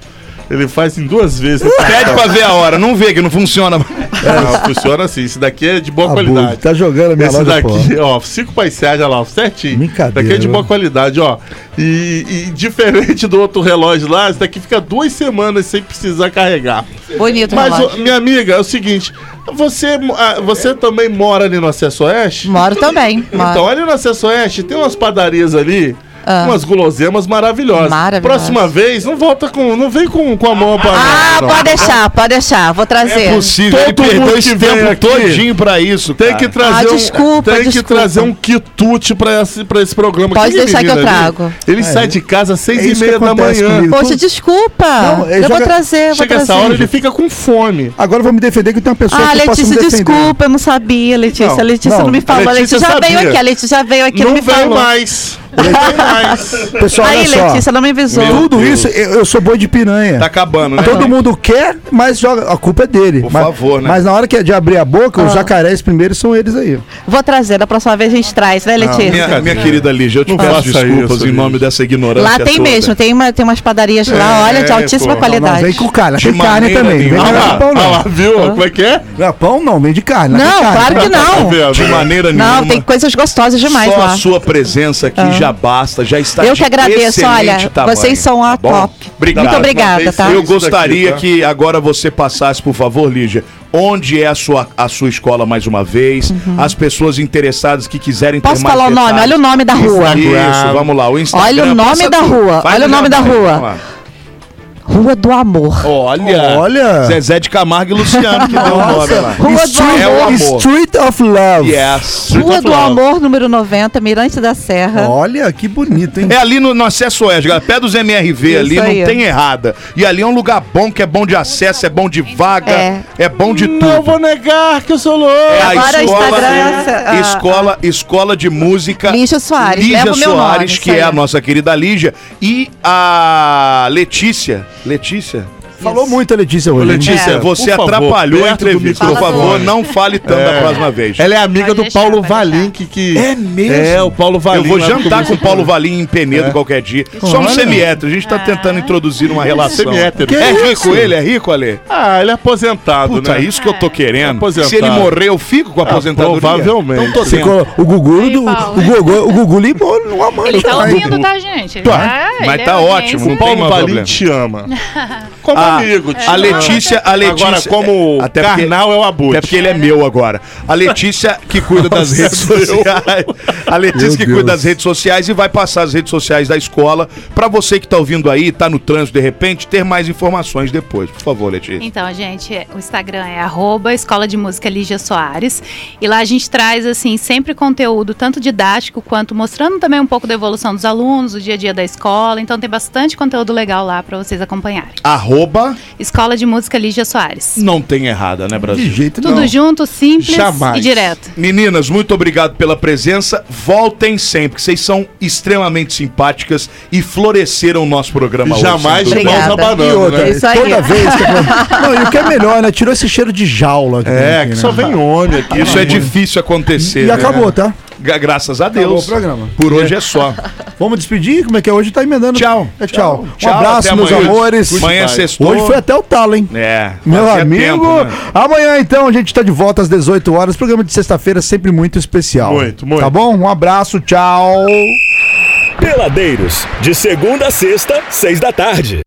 Speaker 3: Ele faz em duas vezes.
Speaker 2: Pede pra ver a hora, não vê que não é funciona.
Speaker 3: Não, funciona assim. Esse daqui é de boa
Speaker 4: Abuso.
Speaker 3: qualidade.
Speaker 4: Tá jogando a minha
Speaker 3: Esse
Speaker 4: loja fora.
Speaker 3: daqui, ó, 5 para 7, olha lá, ó, certinho.
Speaker 4: Brincadeira,
Speaker 3: Daqui é de boa
Speaker 4: né?
Speaker 3: qualidade, ó. E, e diferente do outro relógio lá, esse daqui fica duas semanas sem precisar carregar.
Speaker 5: é. Bonito,
Speaker 3: Mas,
Speaker 5: relógio.
Speaker 3: ó, minha amiga, é o seguinte: você, mo- ah, você também mora ali no Acesso Oeste?
Speaker 5: Moro também. Moro.
Speaker 3: Então, ali no Acesso Oeste tem umas padarias ali.
Speaker 5: Ah.
Speaker 3: Umas guloseimas maravilhosas.
Speaker 5: Maravilhosas.
Speaker 3: Próxima vez, não volta com. Não vem com, com a mão pra
Speaker 5: ah,
Speaker 3: não.
Speaker 5: pode deixar, pode deixar. Vou trazer.
Speaker 2: É possível, ele
Speaker 3: Todo mundo
Speaker 2: perdeu esse
Speaker 3: que vem
Speaker 2: tempo
Speaker 3: aqui
Speaker 2: todinho pra isso.
Speaker 3: Tem
Speaker 2: cara.
Speaker 3: que trazer
Speaker 5: Ah,
Speaker 3: um,
Speaker 5: desculpa,
Speaker 3: tem que
Speaker 5: desculpa.
Speaker 3: trazer um quitute pra esse, pra esse programa.
Speaker 5: Pode
Speaker 3: Aquele
Speaker 5: deixar que
Speaker 3: menino
Speaker 5: eu
Speaker 3: ali,
Speaker 5: trago.
Speaker 3: Ele sai de casa às seis
Speaker 4: é
Speaker 3: e
Speaker 4: isso que
Speaker 3: meia da
Speaker 4: acontece
Speaker 3: manhã.
Speaker 4: comigo.
Speaker 5: Poxa, desculpa.
Speaker 4: Não,
Speaker 5: eu
Speaker 4: ele
Speaker 5: vou
Speaker 4: joga-
Speaker 5: trazer, eu vou
Speaker 3: Chega essa
Speaker 5: trazer.
Speaker 3: hora, ele fica com fome.
Speaker 4: Agora eu vou me defender que tem uma pessoa
Speaker 5: Ah,
Speaker 4: que possa me
Speaker 5: Letícia,
Speaker 4: defender.
Speaker 5: desculpa, eu não sabia, Letícia. a Letícia não,
Speaker 4: não,
Speaker 5: me falou. A Letícia,
Speaker 3: Letícia
Speaker 5: já veio
Speaker 3: sabia.
Speaker 5: aqui, a Letícia já veio aqui, não,
Speaker 3: não
Speaker 5: me
Speaker 3: vem
Speaker 5: falou.
Speaker 3: mais. Não vem mais.
Speaker 4: Pessoal,
Speaker 5: Aí,
Speaker 4: olha só.
Speaker 5: Letícia, ela me avisou.
Speaker 4: Tudo isso, eu, eu sou boi de piranha. Ah,
Speaker 2: Tá acabando, né?
Speaker 4: Todo mundo quer, mas joga. A culpa é dele.
Speaker 2: Por
Speaker 4: mas,
Speaker 2: favor, né?
Speaker 4: Mas na hora que é de abrir a boca,
Speaker 5: Ah.
Speaker 4: os jacarés primeiro são eles aí. Então,
Speaker 5: Vou trazer, da próxima vez a gente traz, né, Letícia?
Speaker 2: Minha, minha querida Lígia, eu te
Speaker 3: Não
Speaker 2: peço
Speaker 3: faça
Speaker 2: desculpas
Speaker 3: isso,
Speaker 2: em nome
Speaker 3: Lígia.
Speaker 2: dessa ignorância.
Speaker 5: Lá tem
Speaker 2: toda.
Speaker 5: mesmo, tem, uma, tem umas padarias lá, olha, de
Speaker 3: é,
Speaker 5: altíssima
Speaker 4: Não,
Speaker 3: pô.
Speaker 5: qualidade.
Speaker 4: vem com carne.
Speaker 2: De
Speaker 4: Tem carne
Speaker 2: maneira
Speaker 4: também. Vem
Speaker 2: nenhuma.
Speaker 3: Olha lá,
Speaker 4: com pão,
Speaker 3: olha Ah, lá,
Speaker 4: não.
Speaker 3: viu? Como é que é?
Speaker 4: Não, pão não, vem de carne. lá
Speaker 5: Não,
Speaker 4: tem carne.
Speaker 5: claro que não.
Speaker 3: Tá
Speaker 2: De
Speaker 3: vendo?
Speaker 2: maneira nenhuma.
Speaker 5: Não, tem coisas gostosas demais
Speaker 2: Só
Speaker 5: lá. Ah.
Speaker 2: a sua presença aqui já basta, já está
Speaker 5: Eu
Speaker 2: de
Speaker 5: que agradeço,
Speaker 2: excelente
Speaker 5: olha,
Speaker 2: tamanho,
Speaker 5: vocês são a
Speaker 2: tá bom?
Speaker 5: top.
Speaker 2: Obrigado.
Speaker 5: Muito obrigada, tá?
Speaker 2: Eu
Speaker 3: Isso daqui,
Speaker 2: gostaria
Speaker 3: tá?
Speaker 2: que agora você passasse, por favor, Lígia, onde é a sua, a sua escola mais uma vez, as pessoas interessadas que quiserem
Speaker 5: Uhum. Posso
Speaker 2: ter mais
Speaker 5: falar o nome? Olha o nome da rua.
Speaker 2: Isso, é vamos lá, o Instagram.
Speaker 5: Olha o nome
Speaker 2: passa
Speaker 5: da
Speaker 2: tudo.
Speaker 5: rua,
Speaker 2: Vai
Speaker 5: olha o
Speaker 2: no
Speaker 5: nome da
Speaker 2: nome,
Speaker 5: rua.
Speaker 2: vamos lá.
Speaker 5: Rua do Amor.
Speaker 2: Olha,
Speaker 4: Olha.
Speaker 2: Zezé de Camargo e Luciano que deu o nome lá.
Speaker 5: Rua do
Speaker 4: Street,
Speaker 2: é o
Speaker 5: Amor.
Speaker 2: amor.
Speaker 4: Street of Love.
Speaker 2: Yes.
Speaker 5: Rua do Amor, número 90, Mirante da Serra.
Speaker 4: Olha que bonito, hein?
Speaker 2: É ali no, no acesso oeste, galera. Pé dos MRV
Speaker 5: Isso
Speaker 2: ali, não
Speaker 5: aí.
Speaker 2: tem errada. E ali é um lugar bom, que é bom de acesso, é bom de vaga, é,
Speaker 5: É.
Speaker 2: bom de
Speaker 3: Não
Speaker 2: tudo.
Speaker 3: vou negar que eu sou louco.
Speaker 2: É
Speaker 5: Agora o Instagram é essa- a-
Speaker 2: escola, escola de música
Speaker 5: Lígia Soares,
Speaker 2: Lígia
Speaker 5: leva o meu nome,
Speaker 2: Soares,
Speaker 5: isso
Speaker 2: que é
Speaker 5: aí.
Speaker 2: a nossa querida Lígia, e a Letícia. Letícia? Letícia?
Speaker 4: Falou muito a Letícia hoje. hein?
Speaker 2: Letícia,
Speaker 5: É,
Speaker 2: você
Speaker 3: por favor,
Speaker 2: atrapalhou a
Speaker 3: perto do
Speaker 2: entrevista. Por
Speaker 5: microfone.
Speaker 2: favor, não fale tanto da próxima vez.
Speaker 3: Ela é amiga
Speaker 8: Pode
Speaker 3: do
Speaker 8: deixar,
Speaker 3: Paulo
Speaker 8: pode deixar.
Speaker 3: Valim, que.
Speaker 4: É mesmo?
Speaker 3: É, o Paulo Valim.
Speaker 2: Eu vou
Speaker 3: lá do
Speaker 2: jantar
Speaker 3: começo
Speaker 2: com o
Speaker 3: do
Speaker 2: Paulo Valim em Penedo
Speaker 3: É.
Speaker 2: qualquer dia. Só um
Speaker 10: Olha.
Speaker 2: semi-hétero. A gente tá
Speaker 8: Ah.
Speaker 2: tentando introduzir uma relação.
Speaker 3: Semi-hétero.
Speaker 2: É rico ele? É rico, Ale?
Speaker 3: Ah, ele é aposentado,
Speaker 2: Puta,
Speaker 3: né?
Speaker 2: é isso que eu tô querendo.
Speaker 3: Aposentado.
Speaker 2: Se ele morrer, eu fico com a
Speaker 3: Ah,
Speaker 2: aposentadoria.
Speaker 3: provavelmente.
Speaker 2: Então tô
Speaker 4: Você
Speaker 2: dentro.
Speaker 4: colo- o Gugu,
Speaker 8: Aí,
Speaker 4: do-
Speaker 8: Paulo.
Speaker 4: o Gugu, o Gugu né? limou no amante.
Speaker 8: Ele tá
Speaker 4: cara.
Speaker 8: ouvindo, tá, gente?
Speaker 2: Tá,
Speaker 8: Ah, ele
Speaker 2: mas
Speaker 8: é
Speaker 2: tá
Speaker 8: audiência.
Speaker 2: ótimo, não
Speaker 3: O
Speaker 2: tem
Speaker 3: Paulo
Speaker 2: mais
Speaker 3: Valim
Speaker 2: problema.
Speaker 3: te ama. Como
Speaker 2: Ah,
Speaker 3: amigo, te
Speaker 2: A
Speaker 3: ama.
Speaker 2: Letícia, a Letícia.
Speaker 3: Agora, como
Speaker 2: Até porque-
Speaker 3: carnal é o
Speaker 2: Até
Speaker 3: abutre.
Speaker 2: porque ele é meu agora. A Letícia que cuida das redes sociais. A Letícia
Speaker 4: Meu
Speaker 2: que
Speaker 4: Deus.
Speaker 2: cuida das redes sociais e vai passar as redes sociais da escola pra você que tá ouvindo aí, tá no trânsito de repente, ter mais informações depois. Por favor, Letícia.
Speaker 8: Então, gente, o Instagram é arroba Escola de Música Lígia Soares. E lá a gente traz, assim, sempre conteúdo, tanto didático quanto mostrando também um pouco da evolução dos alunos, o dia a dia da escola. Então tem bastante conteúdo legal lá pra vocês acompanharem.
Speaker 2: Arroba
Speaker 8: Escola de Música Lígia Soares.
Speaker 2: não tem errada, né, Brasil?
Speaker 4: De jeito
Speaker 8: Tudo
Speaker 4: não.
Speaker 8: junto, simples
Speaker 3: jamais.
Speaker 8: e direto.
Speaker 2: Meninas, muito obrigado pela presença. Voltem sempre, que vocês são extremamente simpáticas e floresceram o nosso programa
Speaker 3: Jamais
Speaker 2: hoje. sem
Speaker 5: Obrigada.
Speaker 3: mãos
Speaker 4: E
Speaker 3: abanando,
Speaker 4: outra,
Speaker 3: né?
Speaker 5: Isso aí.
Speaker 4: toda vez que eu... Não, e o que é melhor, né? Tirou esse cheiro de jaula. que tem
Speaker 3: É,
Speaker 4: aqui,
Speaker 3: que
Speaker 4: né?
Speaker 3: só vem homem aqui.
Speaker 2: dúvida. Isso é
Speaker 3: difícil.
Speaker 2: difícil acontecer.
Speaker 4: E
Speaker 2: né?
Speaker 4: acabou, tá?
Speaker 2: Gra- Graças a
Speaker 4: Acabou
Speaker 2: Deus.
Speaker 4: o programa.
Speaker 2: Por hoje é só.
Speaker 4: Vamos despedir? Como é que é hoje? Tá emendando.
Speaker 2: Tchau.
Speaker 4: É, tchau.
Speaker 2: Tchau,
Speaker 4: Um
Speaker 2: até
Speaker 4: abraço, meus
Speaker 2: amanhã.
Speaker 4: amores.
Speaker 2: Amanhã é sextou.
Speaker 4: Hoje foi até o talo, hein?
Speaker 2: É.
Speaker 4: Meu
Speaker 2: fazia
Speaker 4: amigo,
Speaker 2: tempo, né?
Speaker 4: amanhã então a gente tá de volta às 18 horas. Programa de sexta-feira sempre muito especial.
Speaker 3: Muito, muito.
Speaker 4: Tá bom? Um abraço, tchau.
Speaker 7: Peladeiros, de segunda a sexta, seis da tarde.